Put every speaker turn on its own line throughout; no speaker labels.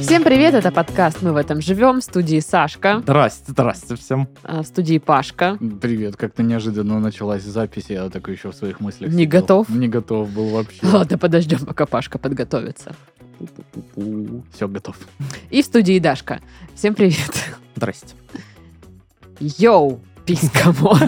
Всем привет, это подкаст «Мы в этом живем» в студии Сашка,
Здрасте, здрасте всем.
а, в студии Пашка.
Привет, как-то неожиданно началась запись, я такой еще в своих мыслях.
Не
сидел.
готов?
Не готов был вообще.
Ладно, подождем, пока Пашка подготовится.
Все, готов.
И в студии Дашка. Всем привет.
Здрасте.
Йоу, пискамон.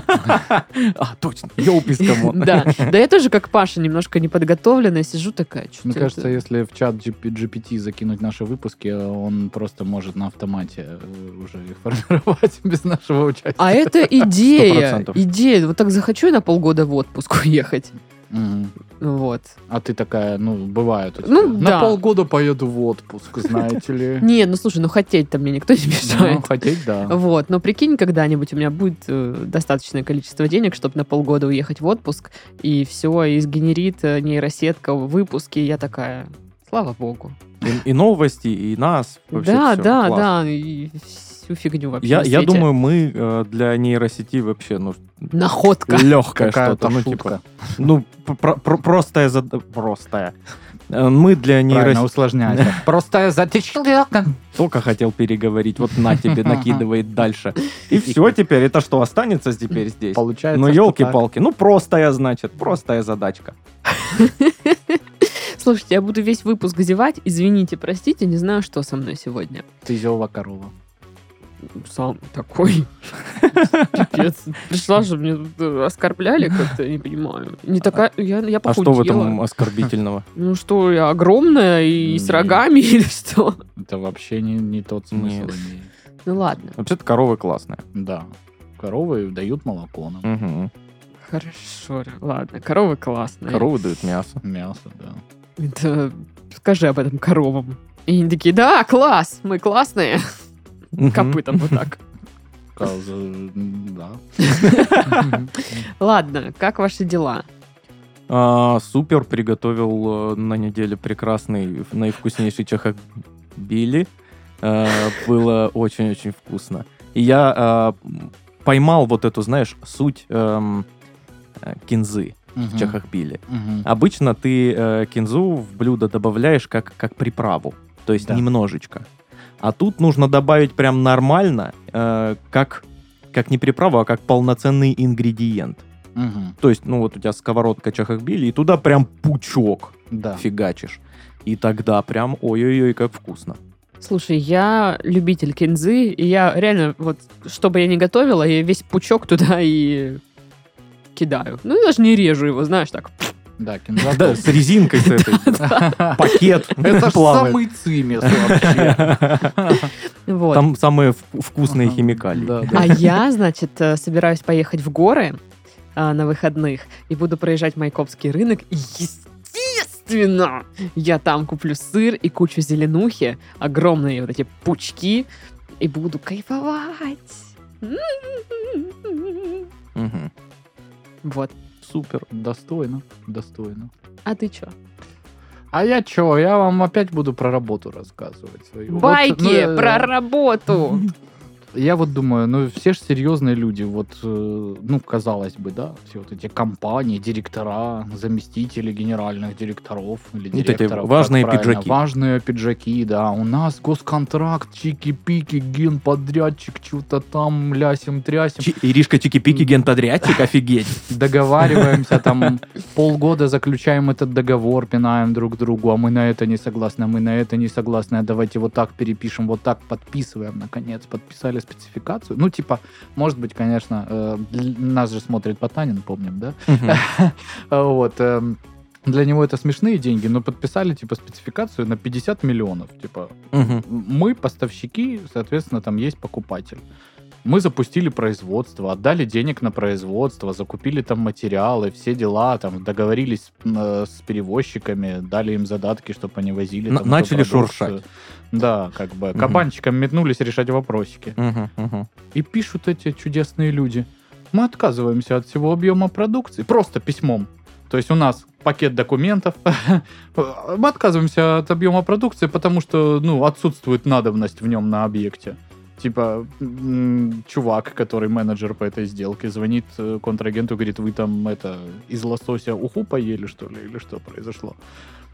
А, точно. Йоу, пискамон.
Да. да я тоже, как Паша, немножко неподготовленная, сижу такая. чё-то
Мне
это-
кажется, если в чат GP GPT закинуть наши выпуски, он просто может на автомате э, уже их формировать без нашего участия.
А это идея,
100%.
идея. Вот так захочу я на полгода в отпуск уехать.
Мгм.
Вот.
А ты такая, ну, бывает. у
Ну,
тебя. На
да.
полгода поеду в отпуск, знаете ли.
Не, ну слушай, ну хотеть-то мне никто не
Ну,
мешает.
хотеть, да.
Вот, но прикинь, когда-нибудь у меня будет э, достаточное количество денег, чтобы на полгода уехать в отпуск, и все, и сгенерит э, нейросетка в выпуске, и я такая, слава богу.
И, и новости, и нас. Вообще
да,
всё.
да,
Класс.
да, и всю фигню вообще.
Я,
на
я
свете.
думаю, мы э, для нейросети вообще, ну,
Находка.
легкое
Какая-то
что-то. Ну,
шутка.
типа, ну, про- про- простое, зад- простое. Э, Мы для
Правильно,
нейросети...
усложняется. Простая затечка.
Ну,
Только хотел переговорить, вот на тебе накидывает дальше. И все теперь, это что, останется теперь здесь?
Получается,
Ну,
что
елки-палки, ну, простая, значит, простая задачка.
Слушайте, я буду весь выпуск зевать, извините, простите, не знаю, что со мной сегодня.
так. Ты зёва корова.
Сам такой. Пипец. Пришла же, мне тут, э, оскорбляли как-то, я не понимаю. Не такая, я, я
А что в
похудела.
этом оскорбительного?
Ну что, я огромная и с
Не.
рогами или что?
Это вообще не, не тот смысл.
Нет.
имеет.
Ну ладно.
Вообще-то коровы классные.
Да. Коровы дают молоко нам.
Мгм.
Хорошо, ладно. Коровы классные.
Коровы дают мясо.
Мясо, да.
Это- Скажи об этом коровам. И они такие, да, класс, мы классные.
Мгм.
Копытом вот так.
Казы, м, да.
Ладно, как ваши дела?
А, Супер приготовил э, на неделе прекрасный, наивкуснейший чехак Билли. Э, Было очень-очень вкусно. И я э, м, поймал вот эту, знаешь, суть эм, э, кинзы в
Мгм,
чехах А. Билли.
мгм.
Обычно ты э, кинзу в блюдо добавляешь как, как приправу, то есть
Да.
немножечко. А тут нужно добавить прям нормально, э, как, как не приправу, а как полноценный ингредиент.
Мгм,
То есть, ну вот у тебя сковородка чахахбили, и туда прям пучок
Да.
фигачишь. И тогда прям ой-ой-ой, как вкусно.
Слушай, я любитель кинзы, и я реально, вот, что бы я ни готовила, я весь пучок туда и кидаю. Ну, я даже не режу его, знаешь, так.
Да, кинза.
Да, с резинкой с этой. Пакет
Это ж
плавает.
самый цимес вообще.
Вот.
Там самые вк- вкусные
Ага, да,
химикалии.
да.
А я, значит, э, собираюсь поехать в горы а, на выходных и буду проезжать Майкопский рынок. И, естественно, я там куплю сыр и кучу зеленухи, огромные вот эти пучки, и буду кайфовать. М-м-м.
Мгм.
Вот.
Супер.
Достойно, достойно.
А ты чё?
А я чё, я вам опять буду про работу рассказывать свою. Вот, ну,
Байки
э,
про работу.
Я вот думаю, ну все же серьезные люди, вот, э, ну, казалось бы, да, все вот эти компании, директора, заместители генеральных директоров или
Вот эти
директоров. как
важные
правильно,
пиджаки.
Важные пиджаки, да. У нас госконтракт, чики-пики, генподрядчик, что-то там лясим-трясим.
Чи- Иришка Чики-Пики генподрядчик, офигеть.
Договариваемся там, полгода заключаем этот договор, пинаем друг другу, а мы на это не согласны, а мы на это не согласны, а давайте вот так перепишем, вот так подписываем, наконец, подписали спецификацию. Ну, типа, может быть, конечно, э, л- нас же смотрит Потанин, помним, да?
Мгм.
А Вот, эм, для него это смешные деньги, но подписали, типа, спецификацию на 50 миллионов, типа,
Мгм.
мы поставщики, соответственно, там есть покупатель. Мы запустили производство, отдали денег на производство, закупили там материалы, все дела, там договорились э, с перевозчиками, дали им задатки, чтобы они возили.
На-
там эту
начали
продукцию.
шуршать.
Да, как бы
Мгм.
кабанчиком метнулись решать вопросики.
Мгм. Мгм.
И пишут эти чудесные люди. Мы отказываемся от всего объема продукции. Просто письмом. То есть у нас пакет документов. Мы отказываемся от объема продукции, потому что ну, отсутствует надобность в нем на объекте. Типа, м, чувак, который менеджер по этой сделке, звонит э, контрагенту, говорит, вы там это из лосося уху поели, что ли, или что произошло?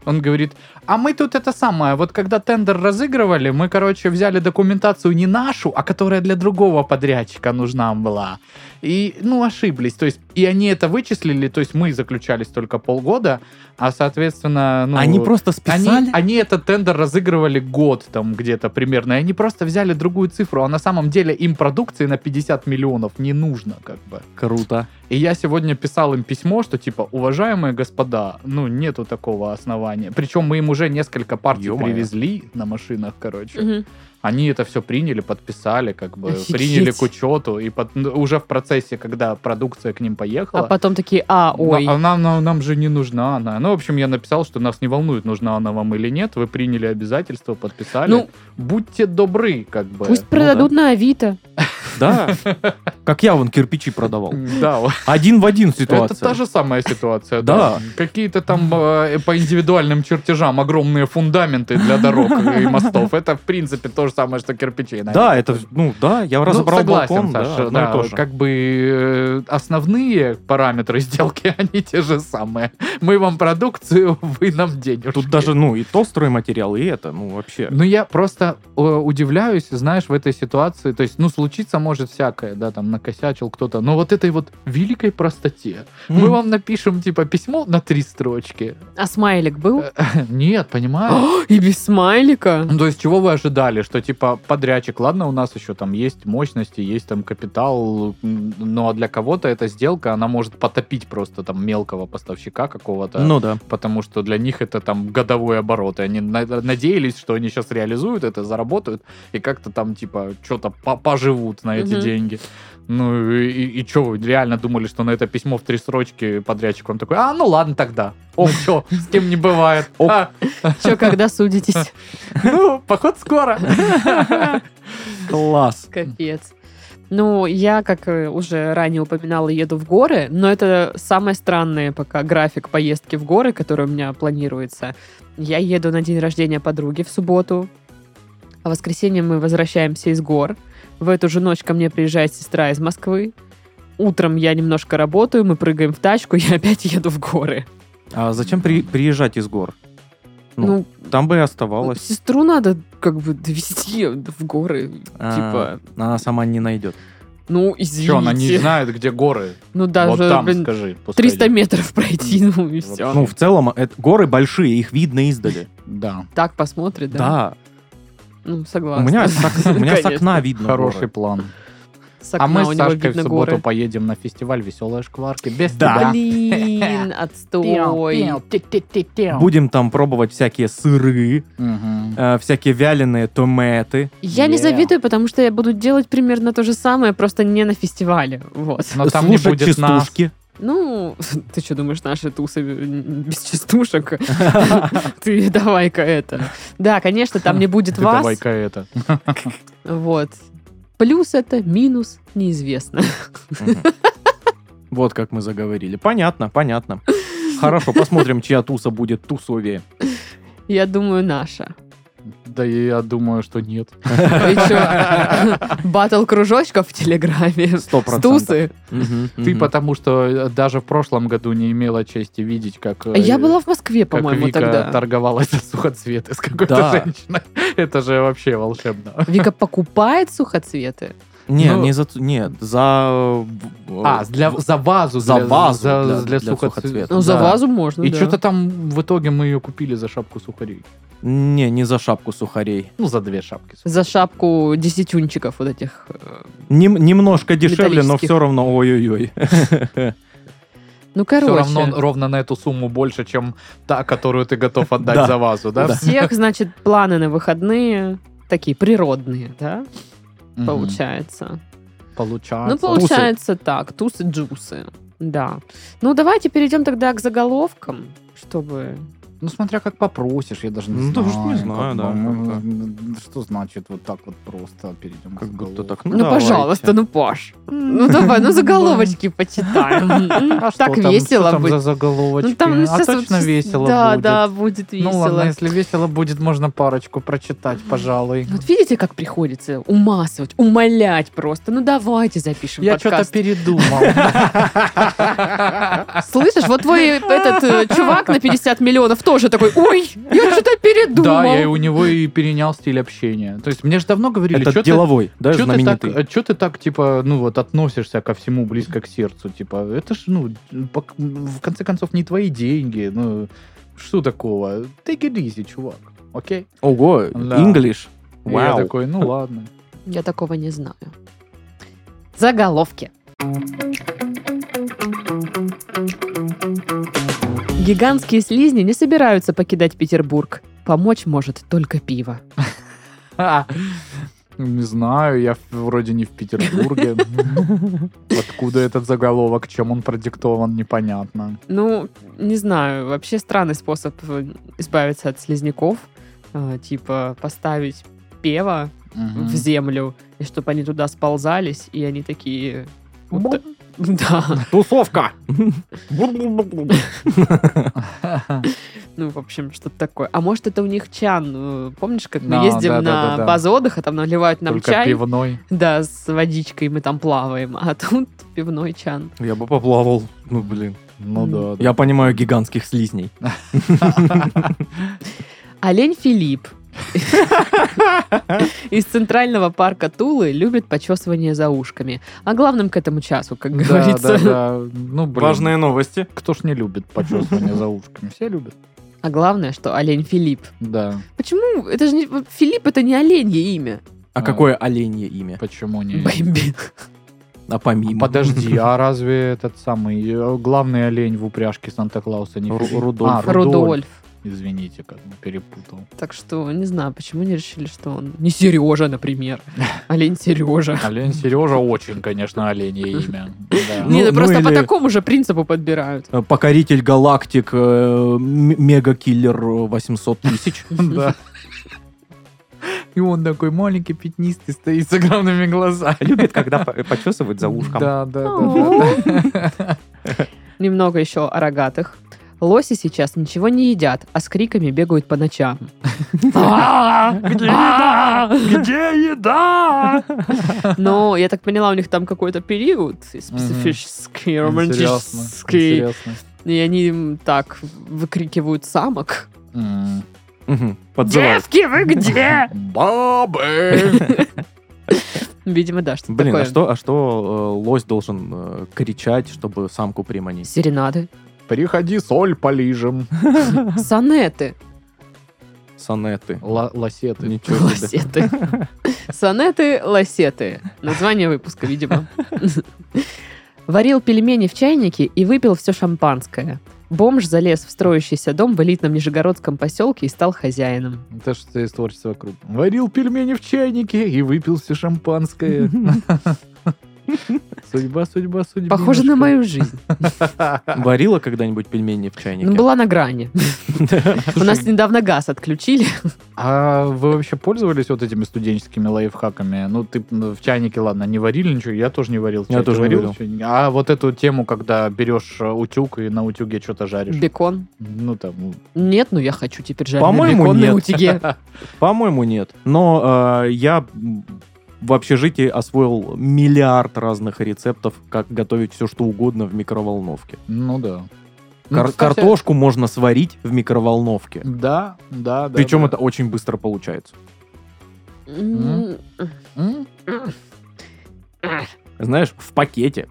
Он говорит, а мы тут это самое, вот когда тендер разыгрывали, мы, короче, взяли документацию не нашу, а которая для другого подрядчика нужна была. И, ну, ошиблись. То есть, и они это вычислили, то есть мы заключались только полгода, а, соответственно, ну...
Они просто
Они,
списали?
они этот тендер разыгрывали год там где-то примерно, и они просто взяли другую цифру, а на самом деле им продукции на 50 миллионов не нужно как бы.
Круто.
И я сегодня писал им письмо, что типа, уважаемые господа, ну нету такого основания. Причем мы им уже несколько партий
Ё-моё.
привезли на машинах, короче.
Мгм.
Они это все приняли, подписали, как бы
Офигеть.
приняли к учету. И под- ну, уже в процессе, когда продукция к ним
А
поехала,
потом такие, а,
ну,
ой.
а нам, нам, нам же не нужна она. Ну, в общем, я написал, что нас не волнует, нужна она вам или нет. Вы приняли обязательство, подписали.
Ну.
будьте добры, как бы.
Пусть продадут на Авито.
Да. Как я вон кирпичи продавал.
Да, вот.
Один в один ситуация.
это та же самая ситуация.
Да.
Какие-то там э, по индивидуальным чертежам огромные фундаменты для дорог и мостов. Это, в принципе, то же самое, что кирпичей. наверное.
Да, это, ну да, я
Ну,
разобрал
согласен,
балкон, да,
Саша,
одно и
да,
то же.
Как бы э, основные параметры сделки, они те же самые. Мы вам продукцию, вы нам денежки.
Тут даже, ну, и то стройматериал, и это, ну, вообще.
Ну, я просто э, удивляюсь, знаешь, в этой ситуации. То есть, ну, случиться может всякое, да, там, накосячил кто-то. Но вот этой вот великой простоте. Мы
М.
вам напишем, типа, письмо на три строчки.
А смайлик был?
Э. Нет, понимаешь?
О, И без смайлика?
Ну, то есть, чего вы ожидали? Что, типа, подрядчик, ладно, у нас еще там есть мощности, есть там капитал, м, ну, а для кого-то эта сделка, она может потопить просто там мелкого поставщика какого-то.
Ну да.
потому что для них это там годовой оборот, и они на- надеялись, что они сейчас реализуют это, заработают, и как-то там, типа, что-то по- поживут на эти
Мгм.
деньги. Ну, и, и, что, вы реально думали, что на это письмо в три строчки подрядчик вам такой, а, ну ладно тогда. О, что, с кем не бывает.
Оп.
А,
Че, когда судитесь?
ну, поход скоро.
Класс.
Капец. Ну, я, как э, уже ранее упоминала, еду в горы, но это самое странное пока график поездки в горы, который у меня планируется. Я еду на день рождения подруги в субботу, а в воскресенье мы возвращаемся из гор. В эту же ночь ко мне приезжает сестра из Москвы. Утром я немножко работаю, мы прыгаем в тачку, я опять еду в горы.
А зачем при- приезжать из гор? Ну,
Ну,
Там бы и оставалось.
сестру надо как бы довести в горы.
А,
типа-
Она сама не найдет.
Ну, извините.
Че, она не знает, где горы.
Ну,
Вот
даже,
там
блин,
скажи. пускай.
300 метров пройти, ну и
Вот.
все.
Ну, в целом, это горы большие, их видно издали.
Да,
так посмотрит, да?
Да.
Ну,
У
согласна.
меня с ок- у меня с
Конечно.
окна видно
хороший
горы.
план.
С
А
окна
мы
у
с
него
Сашкой в
видно
субботу
горы.
поедем на фестиваль «Веселые шкварки». Без
Да.
тебя.
Блин, отстой.
Будем там пробовать всякие сыры,
Мгм.
э, всякие вяленые томаты.
Я не
Yeah.
завидую, потому что я буду делать примерно то же самое, просто не на фестивале. Вот.
Но там не
слушать
будет нас.
частушки.
Ну, ты что думаешь, наши тусы без частушек? Ты давай-ка это. Да, конечно, там не будет
Ты
вас.
давай-ка это.
Вот. Плюс это, минус неизвестно.
Мгм. Вот как мы заговорили. Понятно, понятно. Хорошо, посмотрим, чья туса будет тусовее.
Я думаю, наша.
Да и я думаю, что нет.
Еще батл кружочков в Телеграме.
Сто процентов.
Стусы.
Мгм,
Ты
мгм.
потому что э, даже в прошлом году не имела чести видеть, как... э,
Я была в Москве,
как
по-моему,
Вика
тогда.
торговалась за сухоцветы с какой-то
Да.
женщиной. Это же вообще волшебно.
Вика покупает сухоцветы.
Не,
Ну-
не за... цу- Нет, за... э,
А, для, за вазу.
За
для-
вазу
за-
для-
для
для
сухоцвет-
сухоцвета.
Ну, за
да.
вазу можно,
И
да.
что-то там в итоге мы ее купили за шапку сухарей.
Не, не за шапку сухарей.
Ну, за две шапки. сухарей.
За шапку десятюнчиков вот этих. э.
Нем- немножко дешевле, но
Металлических.
все равно ой-ой-ой.
Ну,
Все
короче.
равно ровно на эту сумму больше, чем та, которую ты готов отдать
Да.
за вазу,
У
да?
всех, значит, планы на выходные такие природные, да,
Мгм.
получается.
Получается.
Ну, получается так, тусы-джусы, да. Ну, давайте перейдем тогда к заголовкам, чтобы
Ну, смотря как попросишь, я даже не
Ну, да
знаю.
уж не знаю,
как
да,
бы,
как-то.
ну, Что значит вот так вот просто перейдем к
Как будто
заголовку?
так, ну,
Ну, пожалуйста, ну, Паш. Ну, давай, ну, заголовочки почитаем. М,
А что
Так
там, что
весело
там за
будет.
заголовочки?
Ну, там
а
сейчас вот-
точно весело
Да,
будет?
да, будет весело.
Ну ладно, если весело будет, можно парочку прочитать, пожалуй.
Вот видите, как приходится умасывать, умолять просто. Ну давайте запишем
Я что-то
подкаст.
передумал.
Слышишь, вот твой этот э, чувак на 50 миллионов тоже такой, ой, я что-то передумал.
Да, я и у него и перенял стиль общения. То есть мне же давно говорили,
Это
что ты
деловой, да,
Чё ты, так,
знаменитый.
а чё ты так, типа, ну вот, относишься ко всему близко к сердцу? Типа, это ж, ну, пок- в конце концов, не твои деньги. Ну, что такого? Take it easy, чувак. Окей?
Ого,
Да.
English.
И Я
Вау.
такой, ну ладно.
Я такого не знаю. Заголовки. Гигантские слизни не собираются покидать Петербург. Помочь может только пиво.
Ха. Не знаю, я вроде не в Петербурге. Откуда этот заголовок, чем он продиктован, непонятно.
Ну, не знаю, вообще странный способ э, избавиться от слизняков. Э, Типа поставить пево в землю, и чтобы они туда сползались, и они такие... вот
Бум.
та- Да,
Тусовка!
ну, в общем, что-то такое. А может, это у них чан? э, Помнишь, как мы
Да,
ездим на
да, да, да, да.
базу отдыха, там наливают нам
Только
чай,
пивной.
да, с водичкой, мы там плаваем, а тут пивной чан.
Я бы поплавал. Ну, блин.
Ну да. да.
Я понимаю гигантских слизней.
Олень Филипп из Центрального парка Тулы любит почесывание за ушками. А главным к этому часу, как
Да,
говорится.
да, да. Ну, блин.
Важные новости.
Кто ж не любит почесывание за ушками? Все любят.
А главное, что олень Филипп.
Да.
Почему? Это же не... Филипп это не оленье имя.
А
А.
какое оленье имя?
Почему не?
Бэмби.
А помимо?
Подожди, а разве этот самый э, главный олень в упряжке Санта-Клауса не
Ру-
Филипп?
Рудольф.
А, Рудольф.
Рудольф.
Извините, как бы перепутал.
Так что, не знаю, почему не решили, что он не Сережа, например. Олень Сережа.
Олень Сережа очень, конечно, оленье имя. Да.
Ну,
не, ну
ну
просто по
или-
такому же принципу подбирают.
Э, Покоритель галактик, э, м- мегакиллер э, 800 тысяч.
Ну Да. И он такой маленький, пятнистый, стоит с огромными глазами.
Любит, когда почесывают за ушком.
Да, да, да.
Ау. Немного еще о рогатых. Лоси сейчас ничего не едят, а с криками бегают по ночам.
А!
Где еда?
Но я так поняла, у них там какой-то период специфический, романтический.
Интересно.
И они им так выкрикивают самок.
М.
Подзывают.
Девки, вы где?
Бабы!
Видимо, да, что
Блин,
такое.
а что, а что э, лось должен э, кричать, чтобы самку приманить?
Серенады.
Приходи, соль полижем.
Сонеты.
Сонеты.
Ла- Лосеты.
Ничего себе.
Лосеты. Сонеты, лосеты. Название выпуска, видимо. Варил пельмени в чайнике и выпил все шампанское. Бомж залез в строящийся дом в элитном нижегородском поселке и стал хозяином.
Это что из творчества круто. Варил пельмени в чайнике и выпил все шампанское. Судьба, судьба, судьба.
Похоже на мою жизнь.
Варила когда-нибудь пельмени в чайнике?
Ну, была на грани. У нас недавно газ отключили.
А вы вообще пользовались вот этими студенческими лайфхаками? Ну, ты ну, в чайнике, ладно, не варили ничего, я тоже не варил. в
Я
чайнике.
тоже не
Варил
варил.
в чайнике? А вот эту тему, когда берешь э, утюг и на утюге что-то жаришь.
Бекон.
Ну, там...
Нет, ну я хочу теперь жарить
По-моему,
бекон на
нет.
утюге.
По-моему, нет. Но э, я м, в общежитии освоил миллиард разных рецептов, как готовить все что угодно в микроволновке.
Ну, да. Ну,
Кар-
кстати,
Картошку можно сварить в микроволновке.
Да, да, да.
Причем
да.
это очень быстро получается.
М,
М?
Знаешь, в пакете.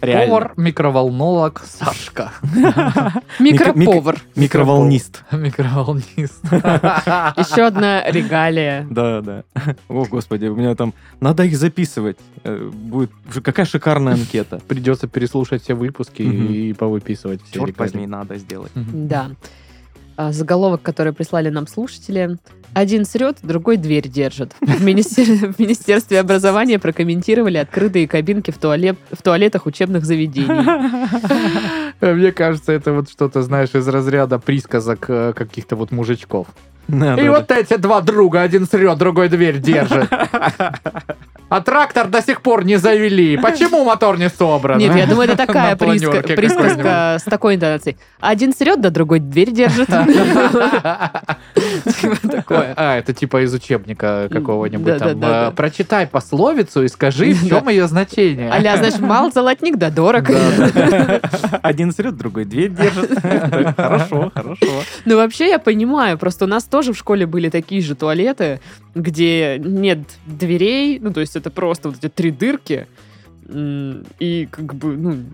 Реально.
Повар, микроволновок, Сашка.
Микроповар.
Микроволнист.
Микроволнист.
Еще одна регалия.
Да, да. О, господи, у меня там... Надо их записывать. Э, Будет... ж- Какая шикарная анкета.
Придется переслушать все выпуски
Мгм.
и повыписывать все
Черт
регалии.
возьми, надо сделать.
Мгм.
Да. А, Заголовок, который прислали нам слушатели. Один срет, другой дверь держит. В, министер- в Министерстве образования прокомментировали открытые кабинки в, туалет... в туалетах учебных заведений.
Э, Мне кажется, это вот что-то, знаешь, из разряда присказок э, каких-то вот мужичков.
Да,
И
да,
вот эти два друга, один срет, другой дверь держит. А трактор до сих пор не завели. Почему мотор не собран?
Нет, я думаю, это такая
На
приска-
планерке
присказка
какой-нибудь.
с такой интонацией. Один срет, да другой дверь держит. Типа такое.
А, это типа из учебника какого-нибудь
Да-да-да-да.
там. э, Прочитай пословицу и скажи, в чем ее значение.
Аля, знаешь, мал золотник, да дорог.
да. Один срет, другой дверь держит. Хорошо, хорошо.
Ну, вообще, я понимаю, просто у нас тоже в школе были такие же туалеты, где нет дверей, ну, то есть это просто вот эти три дырки, м, и как бы, ну, н-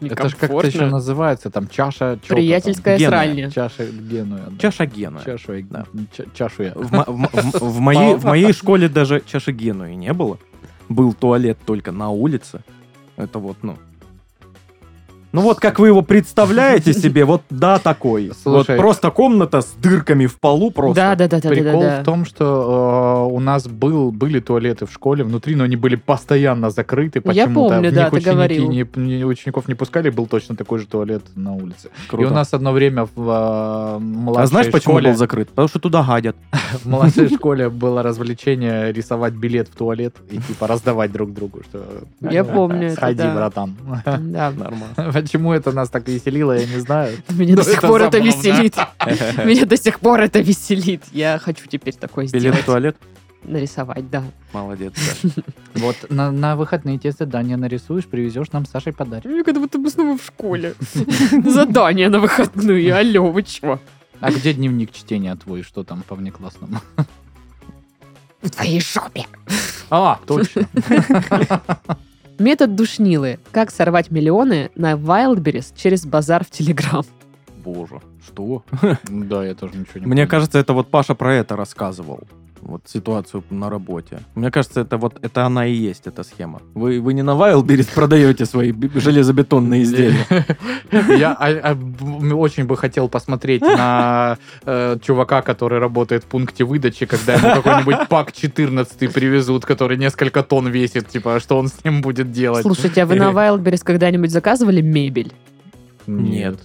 н-
Это же как-то еще
некомфортно.
называется, там чаша... чё-то там.
Приятельская
Гена.
сральня.
Чаша Генуя. да.
Чаша Гена.
Чашу, я-
Да.
ча- чашу я.
В, мо- в мо- в мо- в моей, в моей школе даже чаши Генуи не было. Был туалет только на улице. Это вот, ну... Ну вот как вы его представляете себе, вот да, такой.
Слушай.
Вот просто комната с дырками в полу просто.
Да, да, да, да, да,
Прикол
да.
в том, что э, у нас был, были туалеты в школе внутри, но они были постоянно закрыты.
Ну, Я
Почему-то
помню,
в
да,
них
ты
ученики
говорил.
не- не- учеников не пускали, был точно такой же туалет на улице.
Круто.
И у нас одно время в э, младшей
а знаешь, почему
школе,
был закрыт? Потому что туда гадят.
в младшей школе было развлечение рисовать билет в туалет и типа раздавать друг другу, что «Э,
Я помню это,
сходи,
да.
братан.
Да.
Нормально.
Почему это нас так веселило, я не знаю.
Меня
Ну,
до сих
это
пор это
забавно.
веселит. Меня до сих пор это веселит. Я хочу теперь такое
Билет
сделать.
в туалет?
Нарисовать, да.
Молодец.
Вот на, на выходные те задания нарисуешь, привезешь нам с Сашей подаришь.
Мне как будто бы снова в школе. Задание на выходные. Алло, вы чего?
А где дневник чтения твой, что там по внеклассному?
В твоей жопе.
А, точно.
Метод душнилы. Как сорвать миллионы на Wildberries через базар в Телеграм.
да. Боже, что?
Да, я тоже ничего не
Мне
понимаю.
кажется, это вот Паша про это рассказывал. Вот ситуацию на работе. Мне кажется, это вот это она и есть, эта схема. Вы, вы не на Wildberries продаете свои б- железобетонные изделия.
Я а, а, б- очень бы хотел посмотреть на э, чувака, который работает в пункте выдачи, когда ему какой-нибудь пак 14 привезут, который несколько тонн весит, типа, что он с ним будет делать?
Слушайте, а вы на Wildberries когда-нибудь заказывали мебель?
Нет.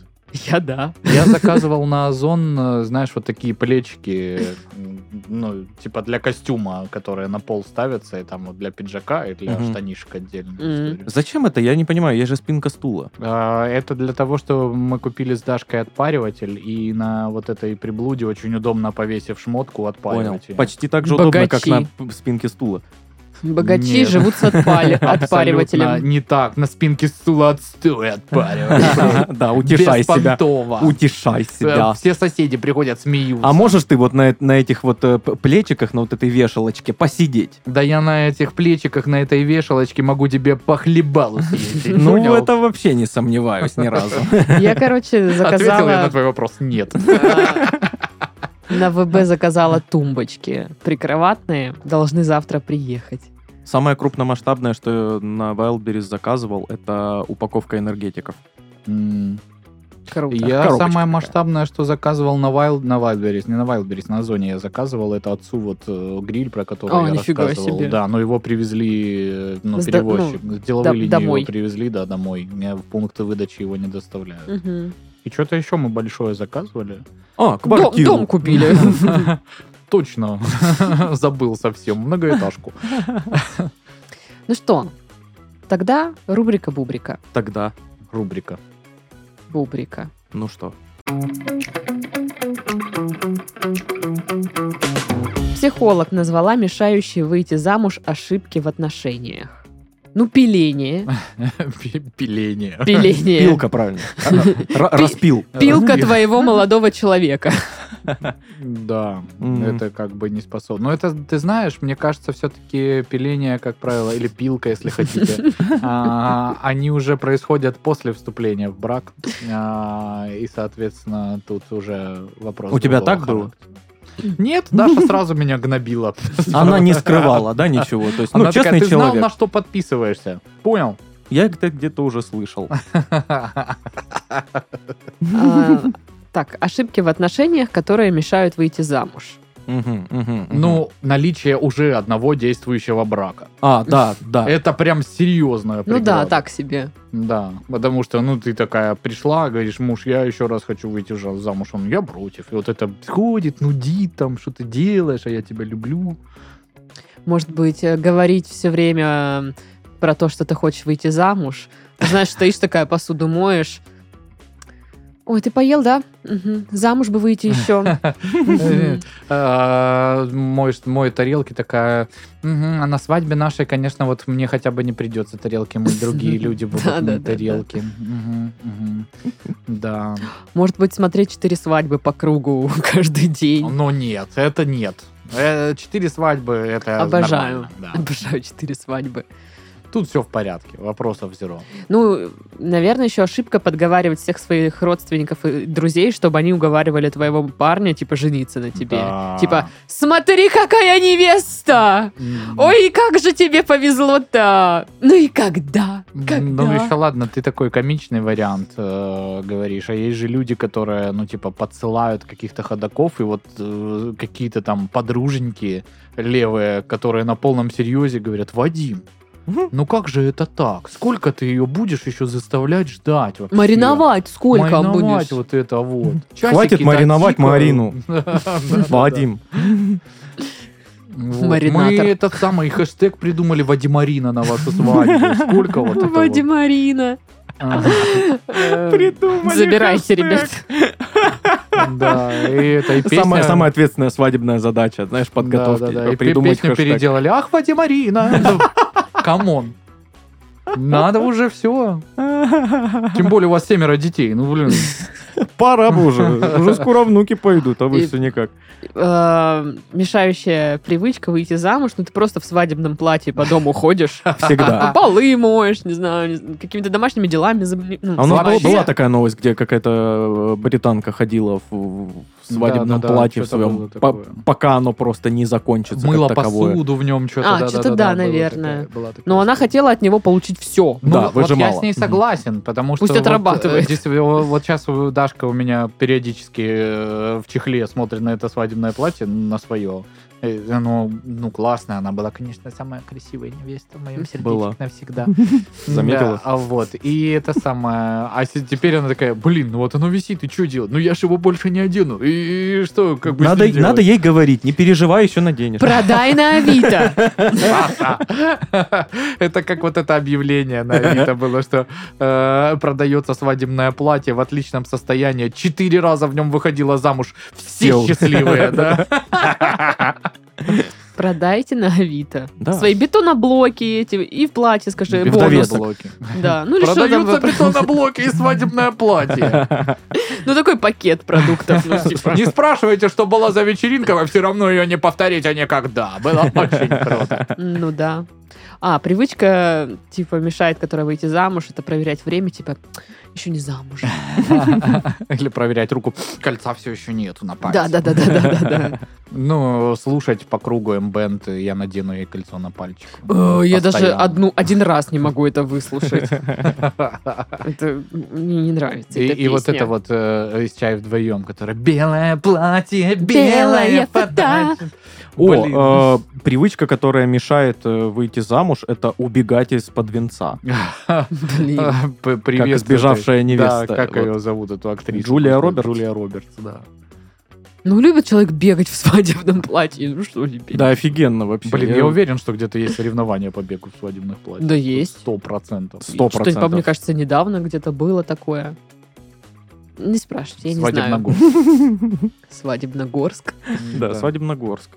Я да.
Я заказывал на Озон, э, знаешь, вот такие плечики, э, ну, типа для костюма, которые на пол ставятся, и там вот для пиджака, и для
Мгм.
штанишек отдельно.
Мгм.
история.
Зачем это? Я не понимаю. Я же спинка стула.
А, Это для того, что мы купили с Дашкой отпариватель, и на вот этой приблуде очень удобно повесив шмотку
Понял.
отпаривать. её.
Почти так же удобно, как
Богачи.
на п- спинке стула.
Богачи
Нет.
живут с отпали-
Абсолютно
отпаривателем.
не так. На спинке стула отстой отпаривать.
Да, утешай себя.
Беспонтово.
Утешай себя.
Э, Все соседи приходят, смеются.
А можешь ты вот на, на этих вот э, п- плечиках, на вот этой вешалочке посидеть?
Да я на этих плечиках, на этой вешалочке могу тебе похлебалу съесть.
Ну, это вообще не сомневаюсь ни разу.
Я, короче,
Ответил я на
заказала...
твой вопрос. Нет.
э, На ВБ заказала тумбочки. Прикроватные. Должны завтра приехать.
Самое крупномасштабное, что я на Wildberries заказывал, это упаковка энергетиков.
М.
Круто.
Я
Коробочка
самое
такая.
масштабное, что заказывал на Wild, на Wildberries, не на Wildberries, на Озоне я заказывал, это отцу вот э, гриль, про который
А,
я
нифига
рассказывал.
себе.
Да, но его привезли, э, ну,
С до-
перевозчик, с деловой
до-
линии
домой.
его привезли, да, домой. Э, В пункты выдачи его не доставляют.
Мгм.
И что-то еще мы большое заказывали.
А,
Дом
квартиру.
дом купили.
Точно, забыл совсем, многоэтажку.
Ну что, тогда рубрика Бубрика.
Тогда,
Рубрика.
Бубрика.
ну что,
Психолог назвала мешающие выйти замуж ошибки в отношениях. Ну, пиление.
Пиление. Э.
Пиление.
пилка, правильно. Ра- Распил.
Пилка твоего молодого человека.
Да,
Мгм.
это как бы не способно. Но это, ты знаешь, мне кажется, все-таки пиление, как правило, или пилка, если хотите, а, они уже происходят после вступления в брак. А, И, соответственно, тут уже вопрос.
У тебя
другого
так было?
характера. Нет, Даша сразу меня гнобила.
Она не скрывала, да, ничего. То есть, ну,
Она такая,
честный
ты знал, на
человек.
что подписываешься. Понял?
Я это где-то уже слышал.
А, Так, ошибки в отношениях, которые мешают выйти замуж.
Мгм, мгм, мгм.
Ну, наличие уже одного действующего брака.
а, да, да.
Это прям серьезная
Ну да,
преграда.
так себе.
Да, потому что, ну, ты такая пришла, говоришь, муж, я еще раз хочу выйти жа- замуж. Он, я против. И вот это ходит, нудит там, что ты делаешь, а я тебя люблю.
Может быть, э, говорить все время э, про то, что ты хочешь выйти замуж. Знаешь, стоишь такая, посуду моешь. Ой, ты поел, да? Мгм. Замуж бы выйти еще. Мгм.
А, Мой, мой тарелки такая, «Мгм, а на свадьбе нашей, конечно, вот мне хотя бы не придется тарелки мыть, другие люди будут
Да, да,
мыть
да, да.
тарелки. Мгм, мгм. Да.
Может быть, смотреть четыре свадьбы по кругу каждый день.
А, Но нет, это нет. Э, Четыре свадьбы, это
Обожаю.
нормально, да.
Обожаю четыре свадьбы.
Тут все в порядке, вопросов зеро.
Ну, наверное, еще ошибка подговаривать всех своих родственников и друзей, чтобы они уговаривали твоего парня, типа, жениться на тебе.
Да.
Типа, смотри, какая невеста!
М.
Ой, как же тебе повезло-то! Ну и когда? Когда?
Ну еще ладно, ты такой комичный вариант э, говоришь, а есть же люди, которые, ну типа, подсылают каких-то ходаков и вот э, какие-то там подруженьки левые, которые на полном серьезе говорят, Вадим, ну как же это так? Сколько ты ее будешь еще заставлять ждать вообще?
Мариновать сколько
Мариновать
будешь?
вот это вот.
Хватит
Часики-то
мариновать
тикают.
Марину.
Да-да-да.
Вадим.
Вот. Мы
Маринатор.
этот самый хэштег придумали Вадимарина на вашу свадьбу. Сколько вот это вот?
Вроде Марина.
Ага.
Придумали
Забирайте,
хэштег.
ребят.
Да, и это и песня...
Самая, самая ответственная свадебная задача, знаешь, подготовки.
Да, да, да. И пе-
Придумать
песню
хэштег.
переделали. Ах, Вадим Марина! Камон. Надо уже все. Тем более у вас семеро детей. Ну, блин.
Пора бы уже. Уже скоро внуки пойдут, а вы
И-
все никак.
Э, Мешающая привычка выйти замуж, ну ты просто в свадебном платье по дому ходишь. А
Всегда.
Полы моешь, не знаю, не знаю, какими-то домашними делами. забли- ну,
А у нас была-
вообще.
была такая новость, где какая-то э, британка ходила в- в свадебном
Да, да, да,
платье в
что-то
своем,
было
по-
такое.
пока оно просто не закончится
Мыла
как таковое.
посуду в нем что-то.
А, чё-то да, наверное. Но она
хотела
хотела от него получить все.
Ну,
Да,
вот я
выжимала.
с ней согласен, потому что...
Пусть
вот,
отрабатывает.
э, здесь, э, Вот сейчас Дашка у меня периодически э, в чехле смотрит на это свадебное платье, на свое. Оно, ну, классное. Она была, конечно, самая красивая невеста в моем сердечке
Была.
навсегда.
Заметила?
Да, а вот. И это самое... А се- теперь она такая, блин, ну вот оно висит, и что делать? Ну я же его больше не одену. И, и что, как бы с
Надо,
ним делать?
надо ей говорить, не переживай, еще наденешь.
Продай на Авито.
Это как вот это объявление на Авито было, что э, продается свадебное платье в отличном состоянии. Четыре раза в нем выходила замуж. Все
Сел.
счастливые, да?
Продайте на Авито.
Да.
Свои бетоноблоки эти и в платье, скажи,
И в
бонус.
довесок.
Бетоноблоки.
Да, ну или что там
Продаются
вы-
бетоноблоки и свадебное платье.
Ну такой пакет продуктов. ну, типа.
Не спрашивайте, что была за вечеринка, вы все равно ее не повторите никогда. Было очень круто.
Ну да. А, привычка, типа, мешает, которая выйти замуж, это проверять время, типа, еще не замуж.
Или проверять руку. Кольца все еще нету на пальце.
Да, да, да, да, да, да,
Ну, слушать по кругу эмбент, я надену ей кольцо на пальчик.
да. Э, Я даже
Постоянно.
одну, один раз не могу это выслушать. Это мне не нравится.
И,
эта
и вот
песня.
это вот э, из чая вдвоем, которое белое платье,
Белая
белая
фата».
фата. Блин.
О, э, привычка, которая мешает э, выйти замуж, это убегать из-под венца.
Блин.
П- Привет.
Как избежавшая
этой-
невеста.
Да, как
Вот.
ее зовут, эту актрису?
Джулия
Господи,
Робертс.
Джулия Робертс, да.
Ну, любит человек бегать в свадебном платье. Ну, что теперь?
Да, офигенно вообще.
Блин, я уверен, что где-то есть соревнования по бегу в свадебных платьях.
Да есть.
Сто процентов.
Сто
Что-то, по- мне
процентов.
кажется, недавно где-то было такое. Не спрашивайте, я не знаю.
Свадебногорск.
Свадебногорск.
Да, Свадебногорск.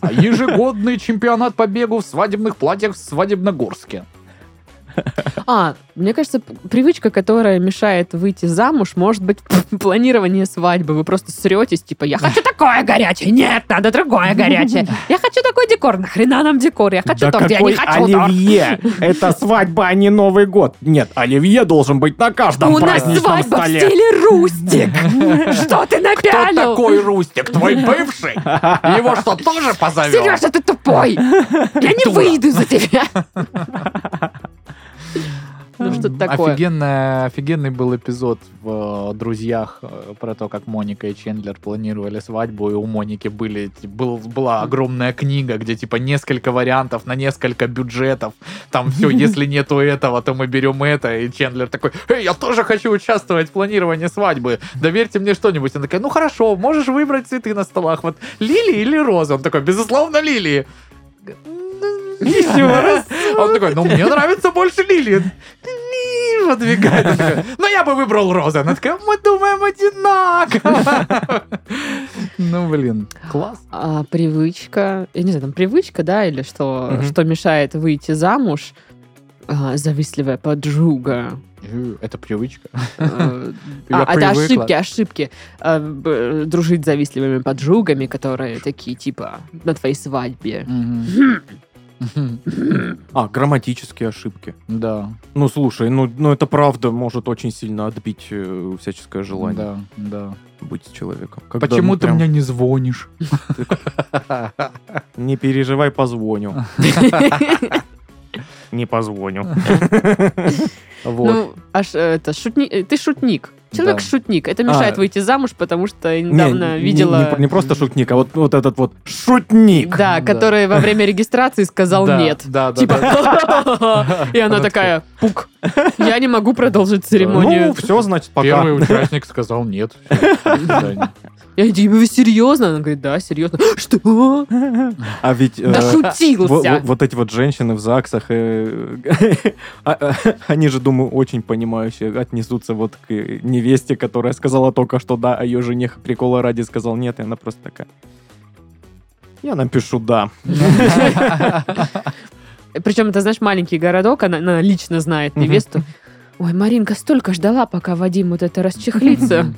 А Ежегодный чемпионат по бегу в свадебных платьях в Свадебногорске.
А, мне кажется, п- привычка, которая мешает выйти замуж, может быть, планирование свадьбы. Вы просто сретесь, типа, я хочу такое горячее, нет, надо другое горячее. Я хочу такой декор, нахрена нам декор? Я хочу
Да
торт, я
какой
не хочу торт.
Оливье! Это свадьба, а не Новый год. Нет, Оливье должен быть на каждом
У нас
праздничном
свадьба в
столе.
стиле рустик. Что ты
Кто
напялил?
такой Рустик? Твой бывший? Его что, тоже позовешь?
Сережа, ты тупой! Я не
Дура.
выйду за тебя! Ну тут такое?
Офигенная, офигенный был эпизод в э, «Друзьях» э, про то, как Моника и Чендлер планировали свадьбу, и у Моники были, т- был, была огромная книга, где типа несколько вариантов на несколько бюджетов. Там все, если нету этого, то мы берем это. И Чендлер такой, «Эй, я тоже хочу участвовать в планировании свадьбы. Доверьте мне что-нибудь. Она такая, ну хорошо, можешь выбрать цветы на столах. Вот лилии или розы? Он такой, безусловно, лилии.
Ещё раз.
Он такой, ну мне нравится больше лилии. «Ли», Подвигает. Он такой, Но Ну, я бы выбрал розы. Она такая, мы думаем одинаково. Ну, блин, класс.
А, привычка, я не знаю, там привычка, да, или что,
Мгм.
что мешает выйти замуж, А, завистливая подруга.
Э, Это привычка.
Э, а,
Я
это
привыкла.
ошибки, ошибки. А, б- Дружить с завистливыми подругами, которые такие, типа, на твоей свадьбе.
Мгм. Мгм.
А, грамматические ошибки.
Да.
Ну, слушай, ну, ну это правда может очень сильно отбить э, всяческое желание
Да, да.
быть с человеком. Когда,
Почему
ну,
ты
прям,
мне не звонишь?
Не переживай, позвоню. Не позвоню.
Вот.
Ну, аж это шутник. Ты шутник. Человек
Да.
шутник. Это мешает
А.
выйти замуж, потому что я
Не,
недавно
не-
видела.
Не, не просто шутник, а вот, вот этот вот шутник.
Да,
Да.
который во время регистрации сказал
Да,
нет.
Да, да, да.
Типа, и она такая, пук, я не могу продолжить
Ну,
церемонию.
все, значит, пока.
Первый участник сказал нет. Всё, до свидания.
Я говорю, вы серьезно? Она говорит, да, серьезно. Что?
А ведь... э,
Да
во- во-
шутился.
Вот эти вот женщины в ЗАГСах, э, а- а- они же, думаю, очень понимающие отнесутся вот к э, невесте, которая сказала только что да, а ее жених прикола ради сказал нет, и она просто такая... Я напишу да.
Причем это, знаешь, маленький городок, она, она лично знает
Мгм.
невесту. Ой, Маринка столько ждала, пока Вадим вот это расчехлится.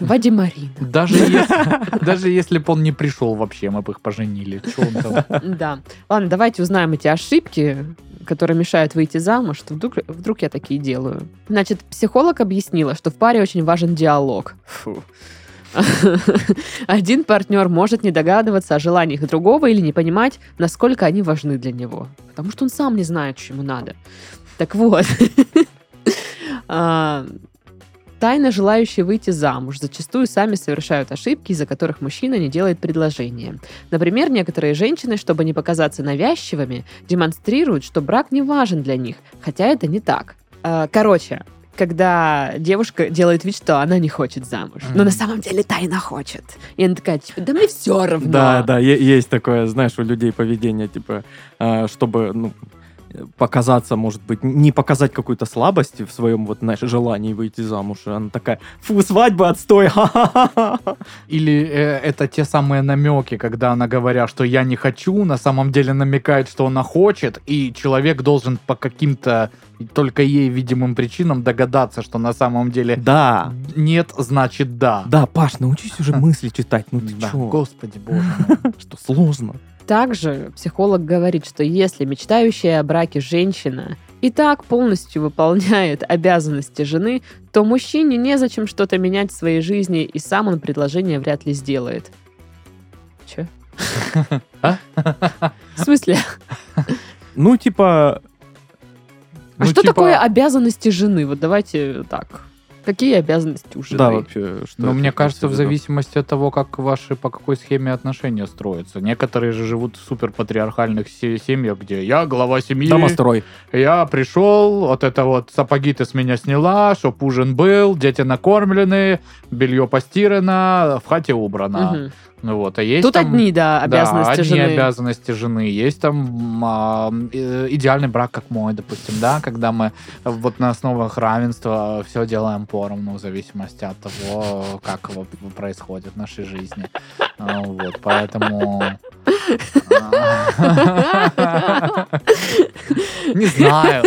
Вадим Марина.
Даже если, даже если бы он не пришел вообще, мы бы их поженили. Чё он там?
Да. Ладно, давайте узнаем эти ошибки, которые мешают выйти замуж, что вдруг, вдруг я такие делаю. Значит, психолог объяснила, что в паре очень важен диалог. Фу. Один партнер может не догадываться о желаниях другого или не понимать, насколько они важны для него. Потому что он сам не знает, что ему надо. Так вот. А, Тайно желающие выйти замуж зачастую сами совершают ошибки, из-за которых мужчина не делает предложения. Например, некоторые женщины, чтобы не показаться навязчивыми, демонстрируют, что брак не важен для них, хотя это не так. Э, Короче, когда девушка делает вид, что она не хочет замуж, но
Мгм.
на самом деле тайно хочет. И она такая, типа, да мне все равно.
Да, да, е- есть такое, знаешь, у людей поведение, типа, э, чтобы, ну, э, показаться, может быть, не показать какую-то слабость в своем, вот, знаешь, желании выйти замуж. И Она такая, фу, свадьба, отстой, ха-ха-ха-ха.
Или э, это те самые намеки, когда она говоря, что я не хочу, на самом деле намекает, что она хочет, и человек должен по каким-то только ей видимым причинам догадаться, что на самом деле
Да,
нет, значит да.
Да, Паш, научись уже мысли читать. Ну ты
Да.
чё?
Господи боже мой.
Что, сложно?
Также психолог говорит, что если мечтающая о браке женщина и так полностью выполняет обязанности жены, то мужчине незачем что-то менять в своей жизни, и сам он предложение вряд ли сделает. Че?
А?
В смысле?
Ну, типа,
А
Ну,
что
типа,
такое «а»? обязанности жены? Вот давайте так. Какие обязанности у жены?
да, вообще, что...
Ну,
это
мне кажется, в
вообще, да.
зависимости от того, как ваши, по какой схеме отношения строятся. Некоторые же живут в суперпатриархальных се- семьях, где я глава семьи,
Домострой.
Я пришел, вот это вот сапоги ты с меня сняла, чтоб ужин был, дети накормлены, белье постирано, в хате убрано.
Мгм.
Ну Вот, а есть
Тут
там-
одни, да,
Да,
обязанности
одни
жены.
обязанности жены. Есть там а, э, идеальный брак, как мой, допустим, да, когда мы вот на основах равенства все делаем поровну в зависимости от того, как его происходит в нашей жизни. А, Вот, поэтому... а, Не знаю.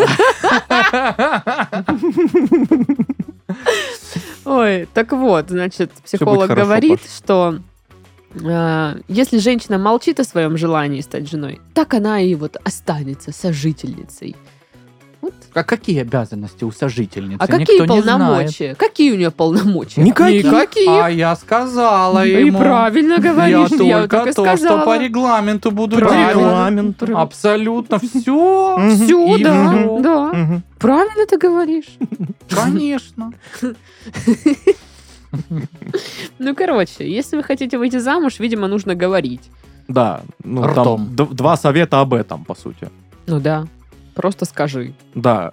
Ой, так вот, значит, психолог
будет хорошо,
говорит,
Паш.
что э, если женщина молчит о своем желании стать женой, так она и вот останется сожительницей. Вот.
А какие обязанности у сожительницы?
А какие
Никто не знает.
полномочия? Какие у нее полномочия?
Никаких.
Никакие.
А я сказала
И
ему.
правильно
Я
говоришь, я вот
только
так и
то, что по
сказала.
регламенту буду
Правильно.
делать.
Регламент.
Абсолютно все.
Мгм.
Все,
И
да,
всё.
да.
Мгм.
Правильно ты говоришь.
Конечно.
Ну, короче, если вы хотите выйти замуж, видимо, нужно говорить.
Да, ну там
Ртом.
д- два совета об этом, по сути.
Ну да, просто скажи.
Да.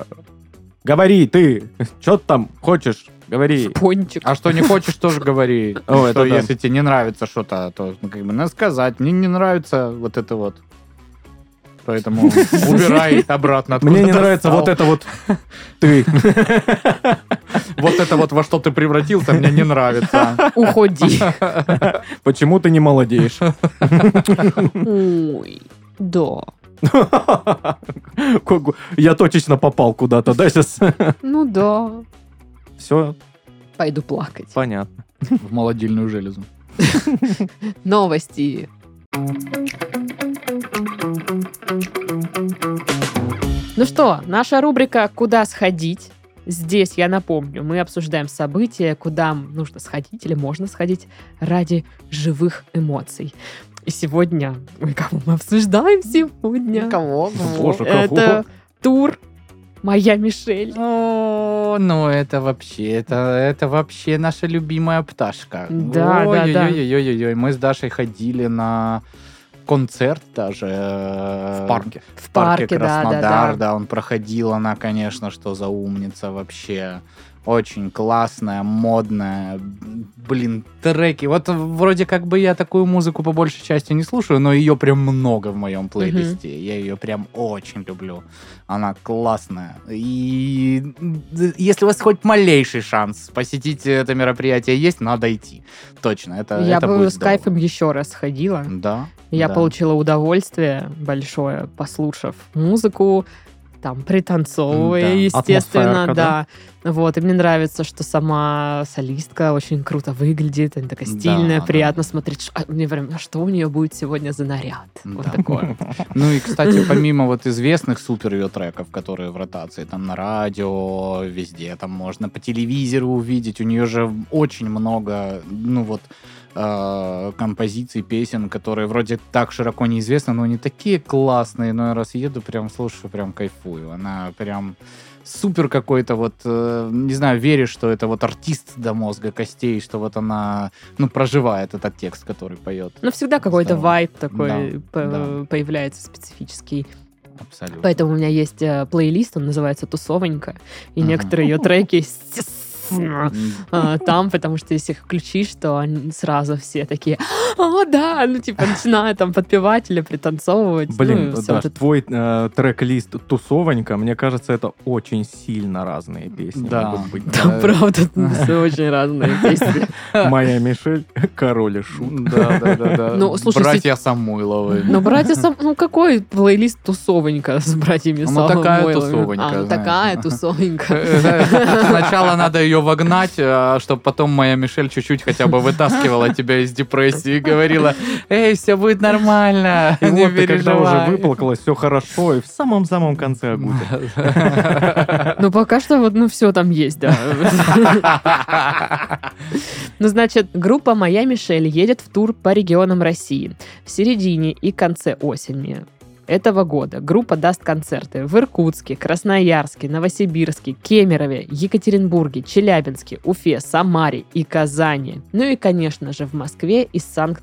Говори ты, что ты там хочешь, говори.
Пончик.
А что не хочешь, тоже говори.
О, это
Что
да.
если тебе не нравится что-то, то ну, как бы надо сказать. Мне не нравится вот это вот. Поэтому убирай обратно. откуда
Мне не
достал.
нравится вот это вот ты.
Вот это вот во что ты превратился, мне не нравится.
Уходи.
Почему ты не молодеешь?
Ой, да.
Ку-ку. Я точечно попал куда-то, да, сейчас?
Ну да.
Все
Пойду плакать.
понятно.
В молодильную железу.
Новости. Ну что, наша рубрика «Куда сходить?» Здесь, я напомню, мы обсуждаем события, куда нужно сходить или можно сходить ради живых эмоций. И сегодня... Ой, кого мы обсуждаем сегодня?
Кого?
Боже, кого?
Это тур «Моя Мишель».
О, ну это вообще, это, это вообще наша любимая пташка.
Да, да, да.
Ой-ой-ой-ой-ой. Мы с Дашей ходили на концерт даже. э, В
В
В парке,
парке, да,
Краснодар,
да, да.
он проходил, она, конечно, что за умница вообще. Очень классная, модная, блин, треки. Вот вроде как бы я такую музыку по большей части не слушаю, но ее прям много в моем плейлисте. Я ее прям очень люблю. Она классная. И если у вас хоть малейший шанс посетить это мероприятие есть, надо идти. Точно, это,
Я
это
бы
будет
с
здорово.
кайфом еще раз сходила.
Да.
Я
да.
получила удовольствие большое, послушав музыку, там, пританцовывая,
М-да,
естественно,
атмосферка,
да. Вот, и мне нравится, что сама солистка очень круто выглядит, она такая
Да,
стильная,
да.
приятно смотреть. Ш- а Мне прям, а что у нее будет сегодня за наряд? Вот
Да.
такое.
Ну и, кстати, помимо вот известных супер ее треков, которые в ротации, там на радио, везде, там можно по телевизору увидеть, у нее же очень много, ну вот, э, композиций, песен, которые вроде так широко неизвестны, но они такие классные, но я раз еду, прям слушаю, прям кайфую. Она прям супер какой-то вот, э, не знаю, веришь, что это вот артист до мозга костей, что вот она, ну, проживает этот текст, который поет.
Но Ну, всегда какой-то
Здорово.
вайб такой по-
да.
появляется специфический.
Абсолютно.
Поэтому у меня есть э, плейлист, он называется «Тусовонька», и
Мгм.
некоторые ее треки, естественно,
М,
а, там, потому что если их включишь, то они сразу все такие, о, да, ну, типа, начинают там подпевать или пританцовывать.
Блин,
ну, всё
Даш,
вот это.
твой э, трек-лист «Тусовонька», мне кажется, это очень сильно разные песни
Да.
могут быть.
Там,
э,
правда, все очень разные песни.
Моя Мишель, король и шут.
Да, да, да, да.
Ну, слушай,
Братья Самойловы.
Но братья Сам... Ну, какой плейлист тусовенька с братьями
Ну,
Самойловыми?
такая тусовонька,
А, ну,
знаешь. Э,
такая тусовенька.
Сначала надо ее вогнать, чтобы потом моя Мишель чуть-чуть хотя бы вытаскивала тебя из депрессии и говорила, эй, все будет нормально,
И
не
вот ты, когда уже
переживай».
выплакалась, все хорошо, и в самом-самом конце агута.
Ну, пока что вот, ну, все там есть, да. Ну, значит, группа «Моя Мишель» едет в тур по регионам России в середине и конце осени этого года группа даст концерты в Иркутске, Красноярске, Новосибирске, Кемерове, Екатеринбурге, Челябинске, Уфе, Самаре и Казани. Ну и, конечно же, в Москве и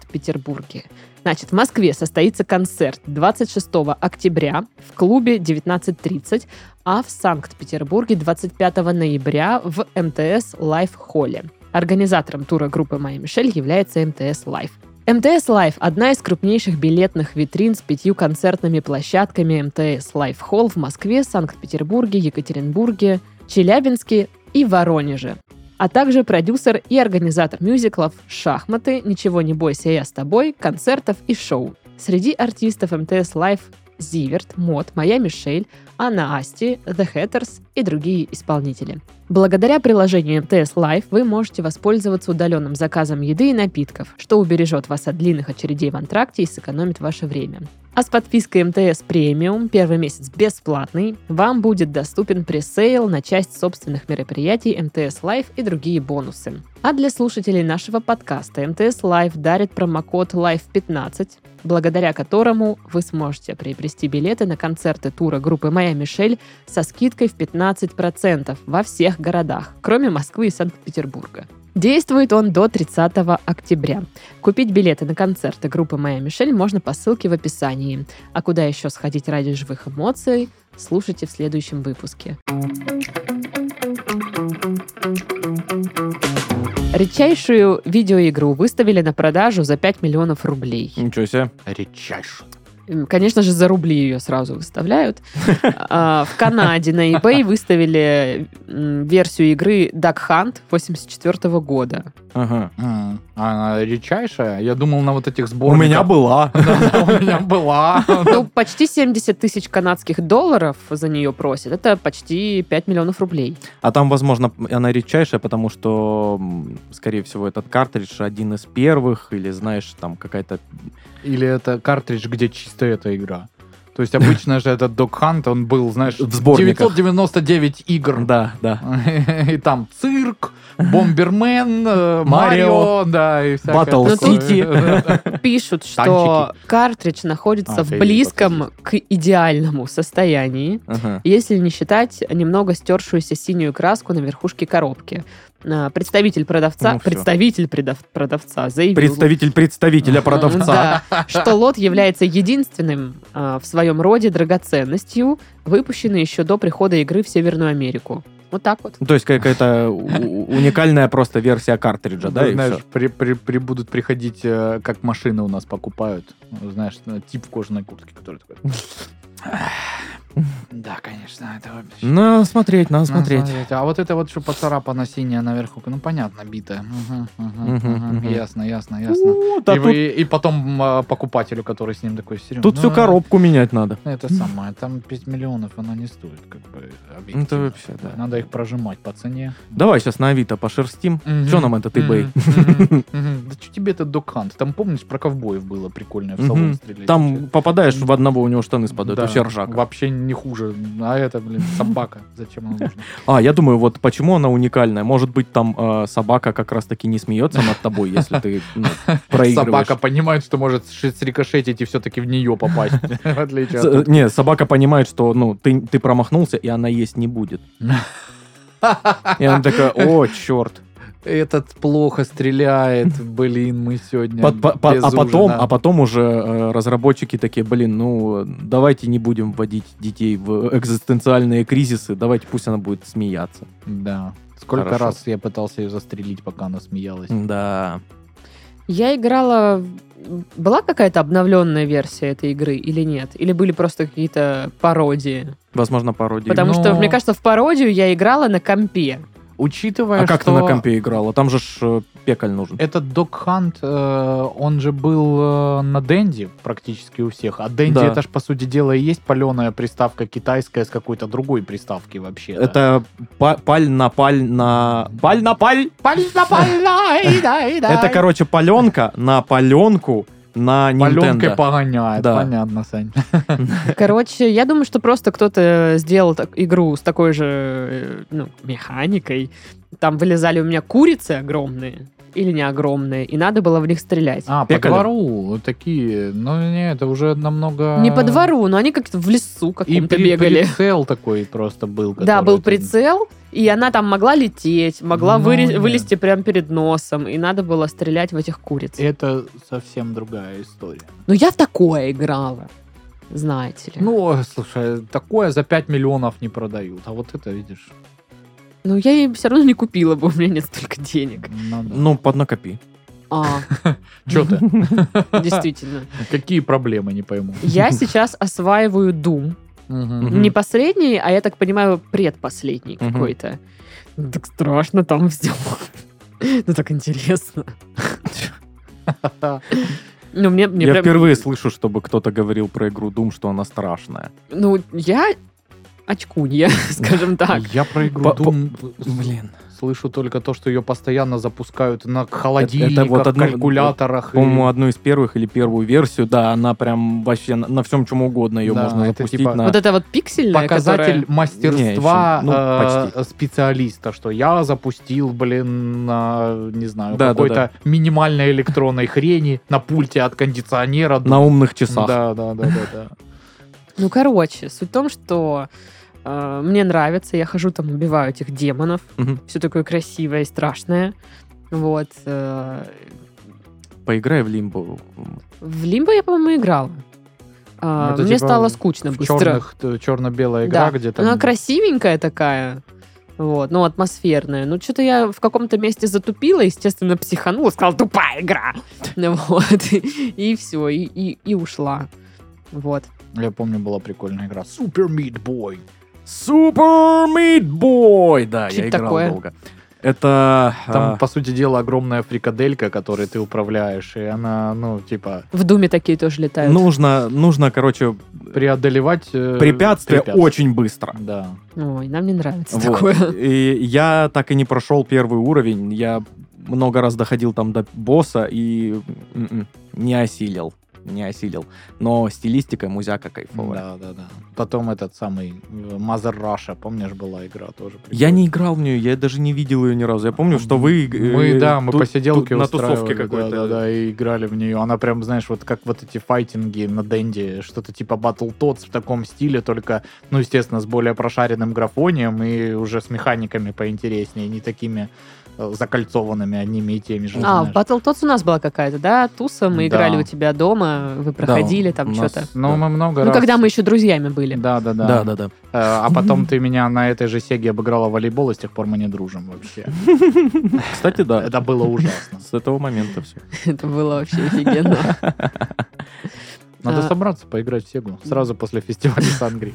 Санкт-Петербурге. Значит, в Москве состоится концерт 26 октября в клубе 19.30, а в Санкт-Петербурге 25 ноября в МТС Лайф Холле. Организатором тура группы «Моя Мишель» является МТС Лайф. МТС Лайф – одна из крупнейших билетных витрин с пятью концертными площадками МТС Лайф Холл в Москве, Санкт-Петербурге, Екатеринбурге, Челябинске и Воронеже. А также продюсер и организатор мюзиклов «Шахматы», «Ничего не бойся, я с тобой», концертов и шоу. Среди артистов МТС Лайф Зиверт, Мод, Моя Мишель, Анна Асти, The Hatters и другие исполнители. Благодаря приложению МТС Лайф вы можете воспользоваться удаленным заказом еды и напитков, что убережет вас от длинных очередей в антракте и сэкономит ваше время. А с подпиской МТС премиум первый месяц бесплатный. Вам будет доступен пресейл на часть собственных мероприятий МТС Лайф и другие бонусы. А для слушателей нашего подкаста МТС Лайф дарит промокод LIFE15, благодаря которому вы сможете приобрести билеты на концерты тура группы «Моя Мишель» со скидкой в 15% во всех городах, кроме Москвы и Санкт-Петербурга. Действует он до 30 октября. Купить билеты на концерты группы «Моя Мишель» можно по ссылке в описании. А куда еще сходить ради живых эмоций, слушайте в следующем выпуске. Редчайшую видеоигру выставили на продажу за 5 миллионов рублей.
Ничего себе.
Редчайшую.
М, Конечно же, за рубли ее сразу выставляют. А, В Канаде на eBay выставили м, версию игры Duck Hunt 84 года.
Ага.
А, она редчайшая? Я думал, на вот этих
У
сборниках.
меня была.
Да, У меня была.
Ну, почти 70 тысяч канадских долларов за нее просят. Это почти 5 миллионов рублей.
А там, возможно, она редчайшая, потому что, м, скорее всего, этот картридж один из первых, или, знаешь, там какая-то...
Или это картридж, где чисто эта игра? То есть обычно же этот Dog Hunt, он был, знаешь,
В сборниках.
999 игр.
Да, да.
И там цирк, Бомбермен, э,
Марио,
Марио, да, и всякое
Battle
такое.
City.
Пишут, что картридж находится
А,
в
ты
близком к идеальному состоянии,
Ага.
если не считать немного стершуюся синюю краску на верхушке коробки. А, Представитель продавца,
Ну, всё.
представитель предав- продавца заявил,
Представитель представителя продавца.
Да, что лот является единственным а, в своем роде драгоценностью, выпущенной еще до прихода игры в Северную Америку. Вот так вот.
Ну, То есть какая-то у- у- уникальная просто версия картриджа, да?
Ты
и
знаешь,
всё.
при, при- при- будут приходить, э, как машины у нас покупают. Ну, Знаешь, э, тип в кожаной куртке, который такой... «Ах, Да, конечно, это вообще...
Надо смотреть, надо
Надо
Ну, смотреть.
смотреть. А вот это вот что поцарапано синее наверху, ну понятно, битое. Мгм, мгм,
Мгм,
мгм.
мгм.
Ясно, ясно, ясно.
Ну, да
и,
тут,
вы- и потом э, покупателю, который с ним такой, Ну, Серега,
тут всю коробку менять надо.
Это самое, там 5 миллионов, оно не стоит, как бы, объективно.
Ну, Это вообще, да.
Надо их прожимать по цене.
Давай сейчас на Авито пошерстим. Че нам этот eBay?
Мгм, мгм. Да что тебе этот докант? Там, помнишь, про ковбоев было прикольное, в
Мгм.
салон стрелять.
Там попадаешь в одного, у него штаны спадают,
Да,
у Сержака.
Вообще не хуже. А это, блин, собака. Зачем она нужна?
А, я думаю, вот почему она уникальная. Может быть, там э, собака как раз-таки не смеется над тобой, если ты ну, проигрываешь.
Собака понимает, что может ши- срикошетить и все-таки в нее попасть. В отличие
С- э,
от...
Не, собака понимает, что ну ты, ты промахнулся, и она есть не будет. И она такая, о, черт.
Этот плохо стреляет. Блин, мы сегодня без
а, потом,
ужина.
а потом уже э, разработчики такие, блин, ну э, давайте не будем вводить детей в экзистенциальные кризисы, давайте пусть она будет смеяться.
Да. Сколько
Хорошо.
раз я пытался ее застрелить, пока она смеялась.
Да.
Я играла... в- Была какая-то обновленная версия этой игры или нет? Или были просто какие-то пародии?
Возможно, пародия.
Потому
Ну-
что, мне кажется, в пародию я играла на компе.
Учитывая,
А как ты
что
на компе играла? Там же ж, э, пекаль нужен.
Этот Док Хант, э, он же был э, на Денди практически у всех. А Денди
Да.
это ж, по сути дела, и есть паленая приставка китайская с какой-то другой приставки вообще.
Это па- паль на паль на... Паль на паль! Это, короче, паленка на паленку на
Паленкой
Nintendo.
погоняет,
Да.
понятно, Сань.
Короче, я думаю, что просто кто-то сделал так- игру с такой же э, ну, механикой. Там вылезали у меня курицы огромные или не огромные, и надо было в них стрелять.
А, по
Пекарем.
двору вот такие. Ну, не, это уже намного...
Не по двору, но они как-то в лесу
А. И
каком-то
при-
бегали.
прицел такой просто был.
Да,
который
был
ты-
прицел, и она там могла лететь, могла
Ну,
выре-
нет.
вылезти прямо перед носом, и надо было стрелять в этих куриц.
Это совсем другая история.
Но я в такое играла, знаете ли. Ну,
Ну, слушай, такое за 5 миллионов не продают. А вот это, видишь...
я ей все равно не купила бы, у меня нет столько денег.
надо.
Ну, поднакопи.
А,
Че ты?
действительно.
Какие проблемы, не пойму.
Я сейчас осваиваю Doom.
Мгм.
Не последний, а я так понимаю, предпоследний
Мгм.
какой-то. Ну, Так страшно там все. Ну так интересно. Ну, мне, мне
Я
прям-
впервые слышу, чтобы кто-то говорил про игру Doom, что она страшная.
Ну, я ну, очкунья, скажем так.
Я про игру
По- по-
Doom с- Слышу только то, что ее постоянно запускают на холодильниках,
вот одно-
калькуляторах. и-
По-моему, одну из первых или первую версию, да, она прям вообще на, на всем чем угодно ее
Да,
можно
это
запустить.
типа-
на-
Вот это вот пиксельная,
Показатель
которая-
мастерства
Не, еще, ну,
э, специалиста, что я запустил, блин, на, не знаю,
Да, да,
какой-то минимальной электронной хрени на пульте от кондиционера.
на умных часах.
Да, да, да, да, да.
Ну, короче, суть в том, что э, мне нравится, я хожу там, убиваю этих демонов.
Мгм.
Все такое красивое и страшное. Вот. э,
Поиграй в лимбо.
в Лимбо я, по-моему, играла. А,
Ну, это
мне
типа
стало скучно
В
быстро.
черных, т- черно-белая
Да.
игра, где там...
Она красивенькая такая. Вот, ну, атмосферная. Ну, что-то я в каком-то месте затупила, естественно, психанула, сказала, тупая игра. Ну, Вот. И все, и, и, и ушла. Вот.
Я помню, была прикольная игра. Super Meat Boy.
Супер Мидбой! Да,
Что
я
это
играл
такое?
долго. Это...
Там,
а,
по сути дела, огромная фрикаделька, которой ты управляешь, и она, ну, типа,
В Думе такие тоже летают.
Ну,
нужно, нужно, короче,
преодолевать... э,
препятствия
препятствия.
очень быстро.
Да.
Ой, нам не нравится
Вот.
такое.
И я так и не прошел первый уровень. Я много раз доходил там до босса и м-м, не осилил. Не осилил. Но стилистика музяка кайфовая.
Да, да, да. Потом этот самый э, Mother Russia, помнишь, была игра тоже.
Я не играл в нее, я даже не видел ее ни разу. Я помню, что вы... э,
Мы, да, мы
тут-
посиделки
тут на
устраивали,
тусовке
да,
какой-то.
Да, да, и играли в нее. Она прям, знаешь, вот как вот эти файтинги на Денди, что-то типа Battle Tots в таком стиле, только, ну, естественно, с более прошаренным графонием и уже с механиками поинтереснее, не такими э, закольцованными одними и теми же.
А,
знаешь.
в Battle Tots у нас была какая-то, да, туса, мы
Да.
играли у тебя дома, вы проходили там
у нас-
что-то.
Ну, мы много
Ну,
раз...
когда мы еще друзьями были.
Да, да, да.
Да, да, да.
Э, А потом ты меня на этой же Сеге обыграла в волейбол, и с тех пор мы не дружим вообще.
Кстати, да.
Это было ужасно.
С этого момента все.
Это было вообще офигенно.
Надо
А.
собраться, поиграть в Сегу сразу после фестиваля Сангри.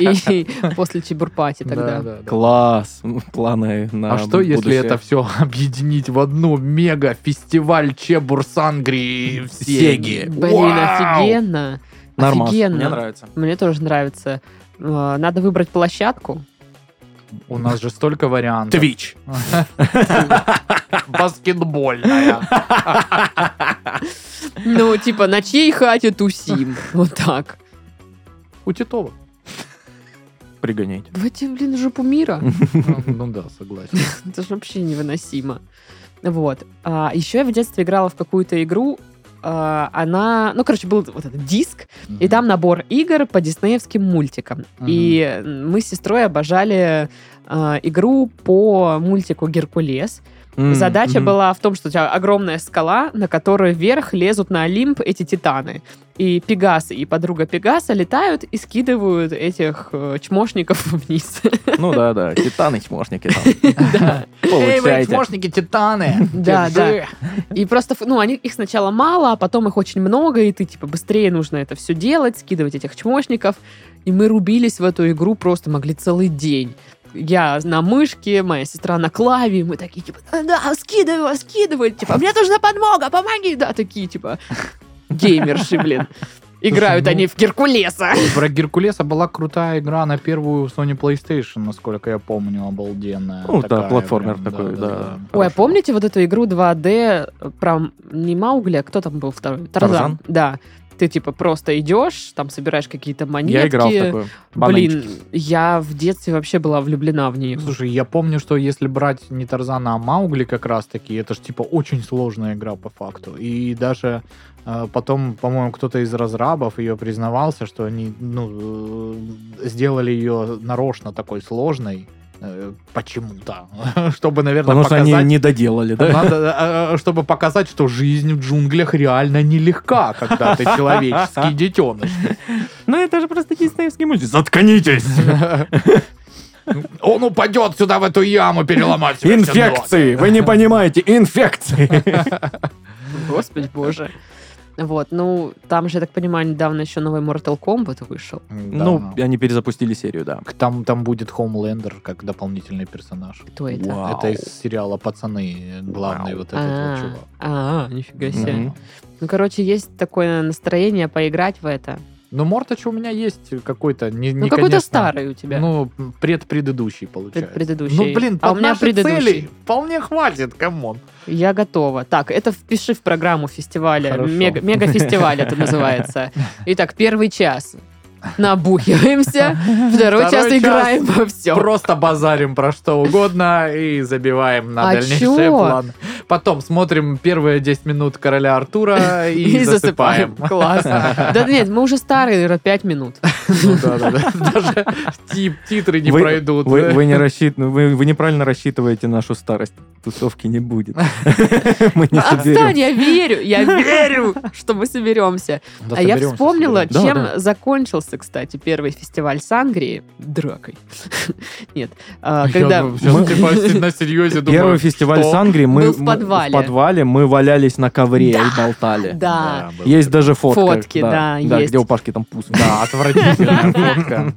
И после Чебурпати тогда.
Да, да, да.
Класс. Ну, Планы на
А что, если
будущее.
это все объединить в одну мега-фестиваль Чебурсангри в Сеге?
Блин,
Вау!
офигенно.
Нормас. Мне
Офигенно.
нравится.
Мне тоже нравится. Э, Надо выбрать площадку.
У нас же столько вариантов.
Твич.
Баскетбольная.
Ну, типа, на чьей хате тусим? Вот так.
У Титова.
Пригонять.
Давайте, блин, жопу мира.
Ну ну да, согласен.
Это же вообще невыносимо. Вот. А, еще я в детстве играла в какую-то игру. а, она, ну, короче, был вот этот диск, и там набор игр по диснеевским мультикам.
Мгм.
И мы с сестрой обожали а, игру по мультику Геркулес.
М,
Задача
мгм.
была в том, что у тебя огромная скала, на которую вверх лезут на Олимп эти титаны. И Пегас и подруга Пегаса летают и скидывают этих э, чмошников вниз.
Ну да, да. Титаны-чмошники там.
Да.
Эй, вы,
Получайте.
чмошники, титаны!
Да,
Держи.
И просто, ну, они, их сначала мало, а потом их очень много, и ты, типа, быстрее нужно это все делать, скидывать этих чмошников. И мы рубились в эту игру, просто могли целый день. Я на мышке, моя сестра на клаве, и мы такие, типа, «Да, да, скидывай, скидывай, типа, мне нужна подмога, помоги, да, такие, типа, геймерши, блин. Играют
ну-
они в Геркулеса.
Про Геркулеса была крутая игра на первую Sony PlayStation, насколько я помню, обалденная.
Ну да,
Такая
платформер
прям,
такой, да.
Ой, а
Хорошо.
помните вот эту игру 2D про не Маугли, а кто там был второй?
Тарзан?
Да. Ты типа просто идешь, там собираешь какие-то монетки.
Я играл в такое. Бананчики.
Блин, я в детстве вообще была влюблена в нее.
Слушай, я помню, что если брать не Тарзана, а Маугли как раз-таки, это же типа очень сложная игра по факту. И даже э, потом, по-моему, кто-то из разрабов ее признавался, что они ну, э, сделали ее нарочно такой сложной. э, Почему-то. Чтобы, наверное,
Потому что
показать...
они не доделали, да?
Надо, э, э, чтобы показать, что жизнь в джунглях реально нелегка, когда ты человеческий детеныш.
Ну это же просто диснеевский мультик. Заткнитесь!
Ну, Он упадет сюда, в эту яму, переломать себе все
Инфекции! Вы не понимаете, инфекции!
Господи боже. Вот, ну, там же, я так понимаю, недавно еще новый Mortal Kombat вышел.
ноги. Да.
Ну, они перезапустили серию, да.
Там, там будет Хоумлендер как дополнительный персонаж.
Кто это?
Вау.
Это из сериала «Пацаны», главный
Вау.
вот этот
А,
вот чувак.
а, нифига себе.
Мгм.
Ну, короче, есть такое настроение поиграть в это.
Но Мортач у меня есть какой-то. Не,
Ну, какой-то старый у тебя.
Ну, предпредыдущий, получается.
Предпредыдущий.
Ну, блин,
А
под
у меня
наши
предыдущий.
цели вполне хватит, камон.
Я готова. Так, это впиши в программу фестиваля.
Хорошо.
Мега- Мега-фестиваль это называется. Итак, первый час набухиваемся, второй
Второй
час
час
играем во всем.
Просто базарим про что угодно и забиваем на
А
дальнейшие
чё?
планы. Потом смотрим первые 10 минут короля Артура и засыпаем.
Классно. Да нет, мы уже старые, Ира, пять минут.
Ну да-да-да. Даже ти- титры не
Вы-
пройдут.
Вы, вы не рассчит... вы, вы неправильно рассчитываете нашу старость. Тусовки не будет. Мы не
Отстань,
соберем.
я верю, я верю, что мы соберемся.
Да,
а я
соберемся,
вспомнила,
соберемся. Да,
чем
да.
закончился, кстати, первый фестиваль Сангрии. Дракой. Нет. а,
Я
Когда...
думаю, сейчас,
мы-
типа, сильно на серьезе думаю,
Первый фестиваль
что?
Сангри мы
Был в подвале.
мы- в подвале, мы валялись на ковре и болтали.
Да.
был.
Есть даже фотка.
Фотки, да, есть.
где у Пашки там пусто.
Да, отвратительная фотка.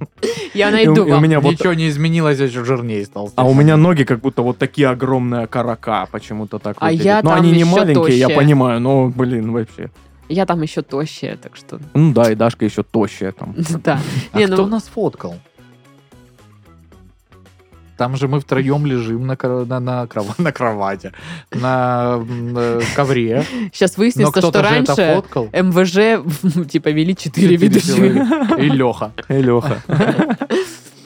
Я
И у-
найду
и у
вам.
меня а вот-
Ничего не изменилось, я еще жирнее стал.
А у меня ноги как будто вот такие огромные а карака почему-то так
А
выглядят.
я
Ну,
там
они не
еще
маленькие, я
тощая.
понимаю, но, блин, вообще.
Я там еще тощая, так что...
Ну да, и Дашка еще тощая там.
Да.
А
Не,
кто
ну-
нас фоткал? Там же мы втроем лежим на, кро- на, на, кров- на кровати, на м, э, ковре.
Сейчас
Но
выяснится, что
кто-то же это
раньше
фоткал.
МВЖ типа вели четыре
Четыре
ведущих.
человека. И Леха.
Эй, Леха.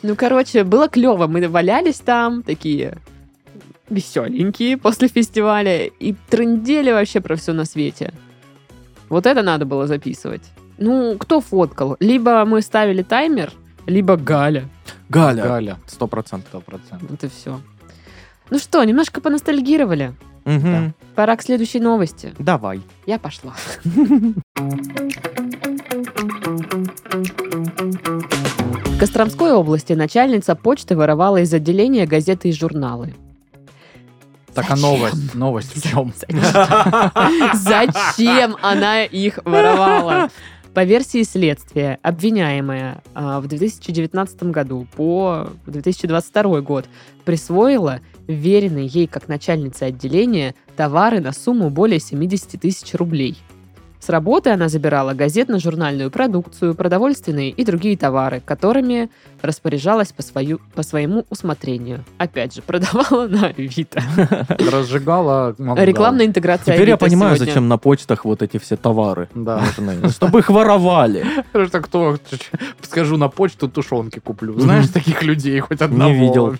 Ну, короче, было клево. Мы валялись там, такие веселенькие после фестиваля и трындели вообще про все на свете. Вот это надо было записывать. Ну, кто фоткал? Либо мы ставили таймер, либо Галя.
Галя.
Галя.
Сто процентов.
Сто процентов.
Вот и все. Ну что, немножко поностальгировали.
Мгм.
Пора к следующей новости.
Давай.
Я пошла. В Костромской области начальница почты воровала из отделения газеты и журналы.
Так, а
Зачем?
новость? Новость в чем?
Зачем она их воровала? По версии следствия, обвиняемая а, в 2019 году по 2022 год присвоила веренные ей как начальнице отделения товары на сумму более 70 тысяч рублей. С работы она забирала газетно-журнальную продукцию, продовольственные и другие товары, которыми распоряжалась по, свою, по своему усмотрению. Опять же, продавала на Авито.
Разжигала мангал.
Рекламная интеграция
Теперь я
Авито
понимаю,
сегодня.
зачем на почтах вот эти все товары.
Да.
Чтобы их воровали.
Что кто? Скажу на почту, тушенки куплю. Знаешь таких людей хоть одного?
Не видел.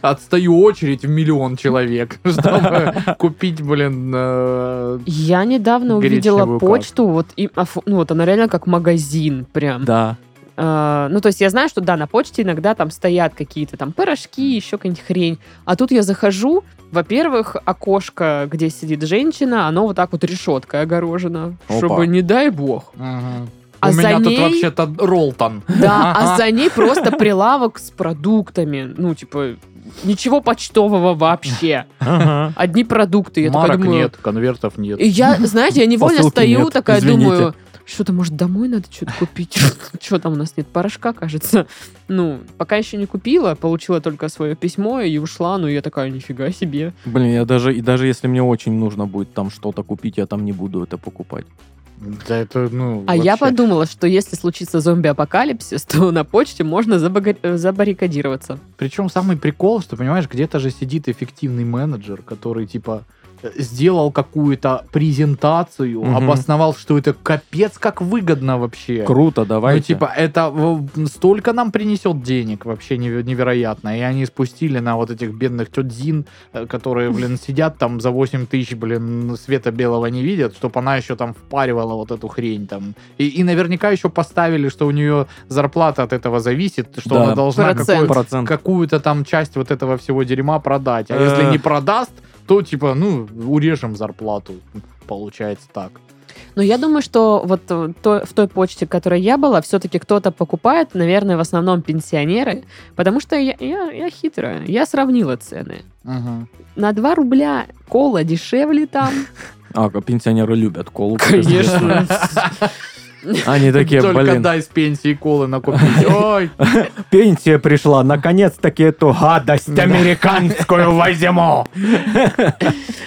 Отстаю очередь в миллион человек, чтобы купить, блин, э,
Я недавно увидела
Гречневую
почту, вот, и, оф- ну, вот она реально как магазин прям.
Да.
А, ну, то есть я знаю, что да, на почте иногда там стоят какие-то там пирожки, еще какая-нибудь хрень. А тут я захожу, во-первых, окошко, где сидит женщина, оно вот так вот решеткой огорожено,
Опа.
чтобы не дай бог. А
У
за
меня тут
ней-
вообще-то Ролтон.
Да, а за ней просто прилавок с продуктами. Ну, типа, ничего почтового вообще.
Ага.
Одни продукты. Я такая
Марок
думаю,
нет, конвертов нет.
И я, знаете, я невольно
Посылки
стою,
нет,
такая
извините.
думаю, что-то, может, домой надо что-то купить? Что там у нас нет? Порошка, кажется. Ну, пока еще не купила, получила только свое письмо и ушла, ну, я такая, нифига себе.
Блин, я даже, и даже если мне очень нужно будет там что-то купить, я там не буду это покупать.
Да это, ну,
А я
вообще.
подумала, что если случится зомби-апокалипсис, то на почте можно забага- э, забаррикадироваться.
Причем самый прикол, что, понимаешь, где-то же сидит эффективный менеджер, который, типа, э, сделал какую-то презентацию,
Мгм.
обосновал, что это капец как выгодно вообще.
Круто, давайте.
Ну, типа, это в- столько нам принесет денег, вообще неверо- невероятно. И они спустили на вот этих бедных тетзин, э, которые, блин, сидят там за 8 тысяч, блин, света белого не видят, чтобы она еще там впаривала вот эту хрень там. И, и наверняка еще поставили, что у нее зарплата от этого зависит, что
Да.
она должна
Процент.
какой-
процент.
какую-то там часть вот этого всего дерьма продать. А
Э.
если не продаст, то типа, ну, урежем зарплату. Получается так.
Но я думаю, что вот э, то- в той почте, в которой я была, все-таки кто-то покупает, наверное, в основном пенсионеры, потому что я- я, я хитрая, я сравнила цены. на 2 рубля кола дешевле там.
А, пенсионеры любят колу. как известно.
Конечно.
Они такие,
Только
блин,
дай с пенсии колы накупить. Ой,
пенсия пришла, наконец-таки эту гадость американскую возьму.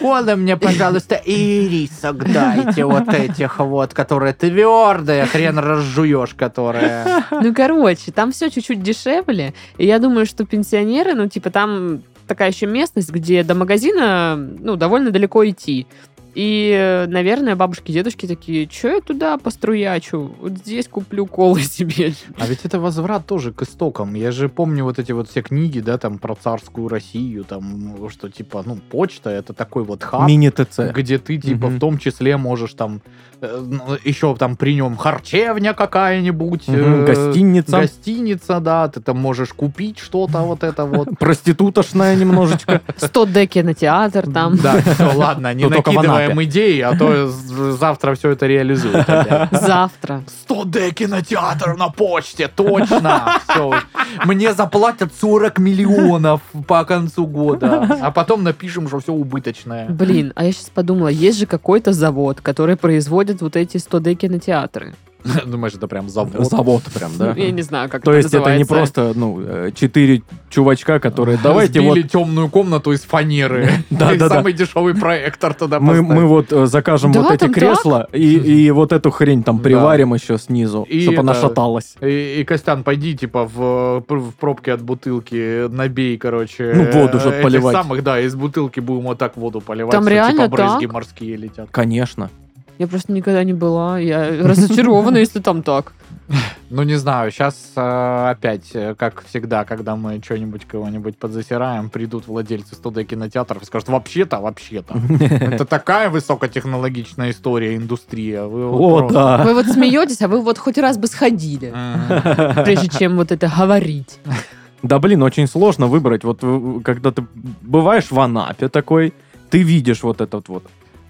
колы мне, пожалуйста, и рисок дайте вот этих вот, которые твердые, хрен разжуешь, которые.
Ну, короче, там все чуть-чуть дешевле. И я думаю, что пенсионеры, ну, типа, там такая еще местность, где до магазина, ну, довольно далеко идти. И, э, наверное, бабушки и дедушки такие, что я туда поструячу? Вот здесь куплю колы себе.
А ведь это возврат тоже к истокам. Я же помню вот эти вот все книги, да, там про царскую Россию, там, что типа, ну, почта это такой вот хаб.
Мини-ТЦ.
где ты типа
Мгм.
в том числе можешь там э, ну, еще там при нем харчевня какая-нибудь,
Мгм,
э,
Гостиница.
гостиница, да, ты там можешь купить что-то вот это вот.
Проститутошная немножечко.
100 д кинотеатр там.
Да, все, ладно, не
Но Ну, только в
накидываем идеи, а то з- завтра все это реализуют. опять.
Завтра.
100 д кинотеатр на почте, точно. Всё. Мне заплатят 40 миллионов по концу года. А потом напишем, что все убыточное.
Блин, а я сейчас подумала, есть же какой-то завод, который производит вот эти 100 д кинотеатры.
Думаешь, это прям завод?
Завод прям, да.
Ну, Я не знаю, как
То
это
есть это не
называется.
просто, ну, э, четыре чувачка, которые, давайте вот
Сбили темную комнату из фанеры.
Да,
И
да, да.
Самый дешевый проектор туда
мы,
поставили.
мы вот э, закажем
Да,
вот эти
там
кресла и, и вот эту хрень там
Да.
приварим еще снизу,
И
чтобы она
это-
шаталась.
И, и, Костян, пойди, типа, в, э, в пробке от бутылки набей, короче.
Ну, воду же
э, этих
поливать.
самых, да, из бутылки будем вот так воду поливать.
Там
что,
реально
типа, брызги
так?
морские летят.
Конечно.
Я просто никогда не была. Я разочарована, если там так.
Ну, не знаю, сейчас опять, э, как всегда, когда мы что-нибудь кого-нибудь подзасираем, придут владельцы 100D кинотеатров и скажут, вообще-то, вообще-то. Это такая высокотехнологичная история, индустрия. Вы вот
О,
просто-
да.
Вы вот смеетесь, а вы вот хоть раз бы сходили,
Мгм.
прежде чем вот это говорить.
Да блин, очень сложно выбрать. Вот э, когда ты бываешь в Анапе такой, ты видишь вот этот вот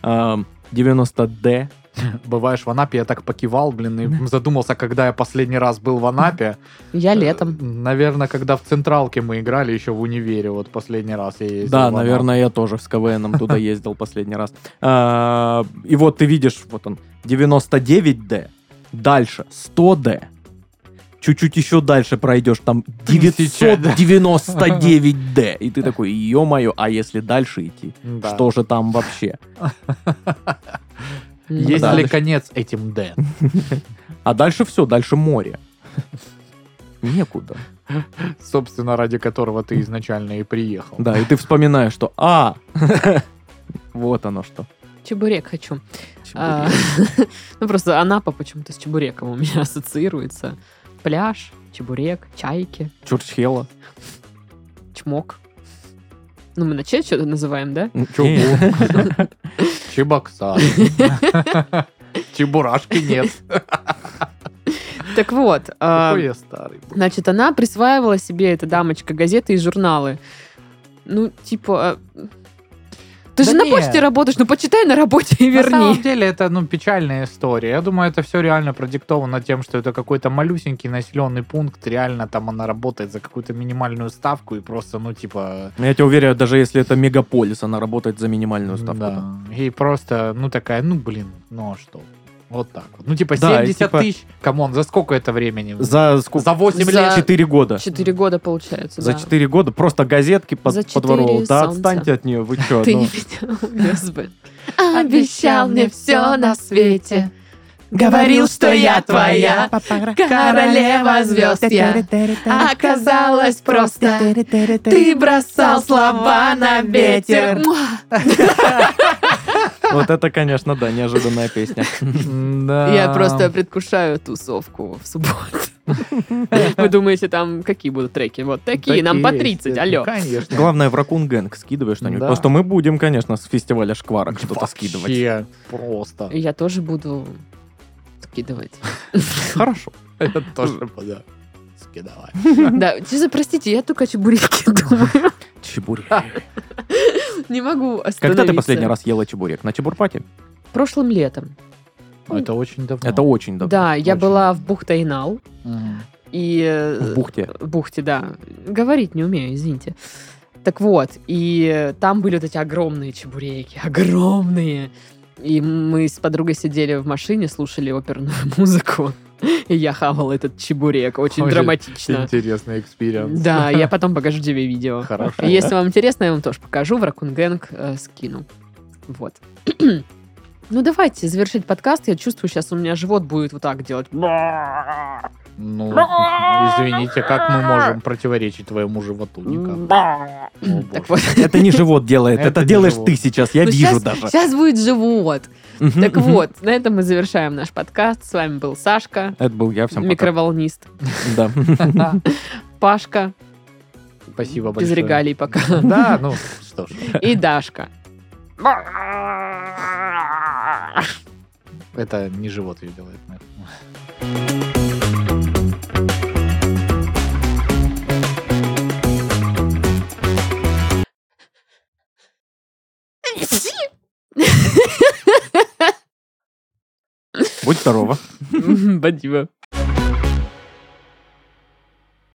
эм, 90D.
Бываешь в Анапе, я так покивал, блин, и задумался, когда я последний раз был в Анапе.
Я летом.
Наверное, Э, когда в Централке мы играли еще в универе, вот последний раз я ездил. в
Да,
Анапу.
наверное, я тоже с КВНом туда ездил последний раз. А, И вот ты видишь, вот он, 99D, дальше 100D, чуть-чуть еще дальше пройдешь, там
Тысяча, да.
999D. И ты такой, ё-моё, а если дальше идти?
Да.
Что же там вообще?
М.
Есть
Да.
ли конец этим Д?
А дальше все, дальше море. Некуда.
Собственно, ради которого ты изначально и приехал.
Да, и ты вспоминаешь, что а, вот оно что.
Ну, Чебурек хочу. А, Ну, просто Анапа почему-то с чебуреком у меня ассоциируется. Пляж, чебурек, чайки,
Чурчхела.
чмок. Ну, мы на че что-то называем, да?
Чего? Чебоксар. Чебурашки нет.
Так вот, а,
Какой я старый. был.
значит, она присваивала себе, эта дамочка, газеты и журналы. Ну, типа... а, Ты
Да
же на
нет.
почте работаешь, ну почитай на работе и
На самом
верни.
деле это ну печальная история. Я думаю, это все реально продиктовано тем, что это какой-то малюсенький населенный пункт. Реально там она работает за какую-то минимальную ставку и просто ну типа.
Я тебя уверяю, даже если это мегаполис, она работает за минимальную ставку. Да.
да. И просто ну такая, ну блин, ну а что? Вот так вот. Ну типа
Да, и
70
типа-
тысяч. Камон, за сколько это времени?
За сколько?
За 8
За-
лет.
4 года.
Четыре года, получается,
За
да.
4 года просто газетки под,
За
по двору.
четыре
Да
солнца.
отстаньте от нее, вы ну, что?
Ты не меня, Господи.
Обещал мне все на свете.
Говорил, что я твоя
Королева звезд я.
Ah,
А Оказалось просто. Ты бросал слова на ветер.
Вот это, конечно, да, неожиданная песня.
Я
Я
просто предвкушаю тусовку в субботу. Вы думаете, там какие будут треки? Вот такие, нам по 30, алло.
Конечно.
Главное, в Ракун Гэнг скидывай что-нибудь.
Да.
Потому что мы будем, конечно, с фестиваля шкварок что-то скидывать.
Вообще Просто.
Я тоже буду скидывать.
Хорошо.
Это тоже да. Скидывай.
Да, честно, простите, я только о чебуреке думаю.
Чебурек.
Не могу остановиться.
Когда ты последний раз ела чебурек? На чебурпате?
Прошлым летом.
Это очень давно.
Это очень давно.
Да, я
Очень.
была в Бухтайнал.
Мгм.
И э,
В бухте.
в бухте, да. Говорить не умею, извините. Так вот, и там были вот эти огромные чебуреки, огромные. И мы с подругой сидели в машине, слушали оперную музыку. И я хавала этот чебурек. Очень
Ой,
драматично.
Интересный экспириенс.
Да, я потом покажу тебе видео.
Хорошо.
И Если вам интересно, я вам тоже покажу. В Ракунгэнг э, скину. Вот. Ну, давайте завершить подкаст. Я чувствую, сейчас у меня живот будет вот так делать.
Ну, извините, как мы можем противоречить твоему животу? Никак. О,
Так
боже.
вот.
Это не живот делает,
Это
это
не
делаешь
живот.
ты сейчас, я
Ну,
вижу
щас-
даже.
Сейчас будет живот.
Мгм,
Так
мгм.
вот, на этом мы завершаем наш подкаст. С вами был Сашка,
Это был я, всем пока.
микроволнист.
Да.
Пашка,
Спасибо
без
большое.
регалий пока.
Да, ну что ж.
И Дашка.
Это не живот ее делает. наверное.
Будь здорова.
Спасибо.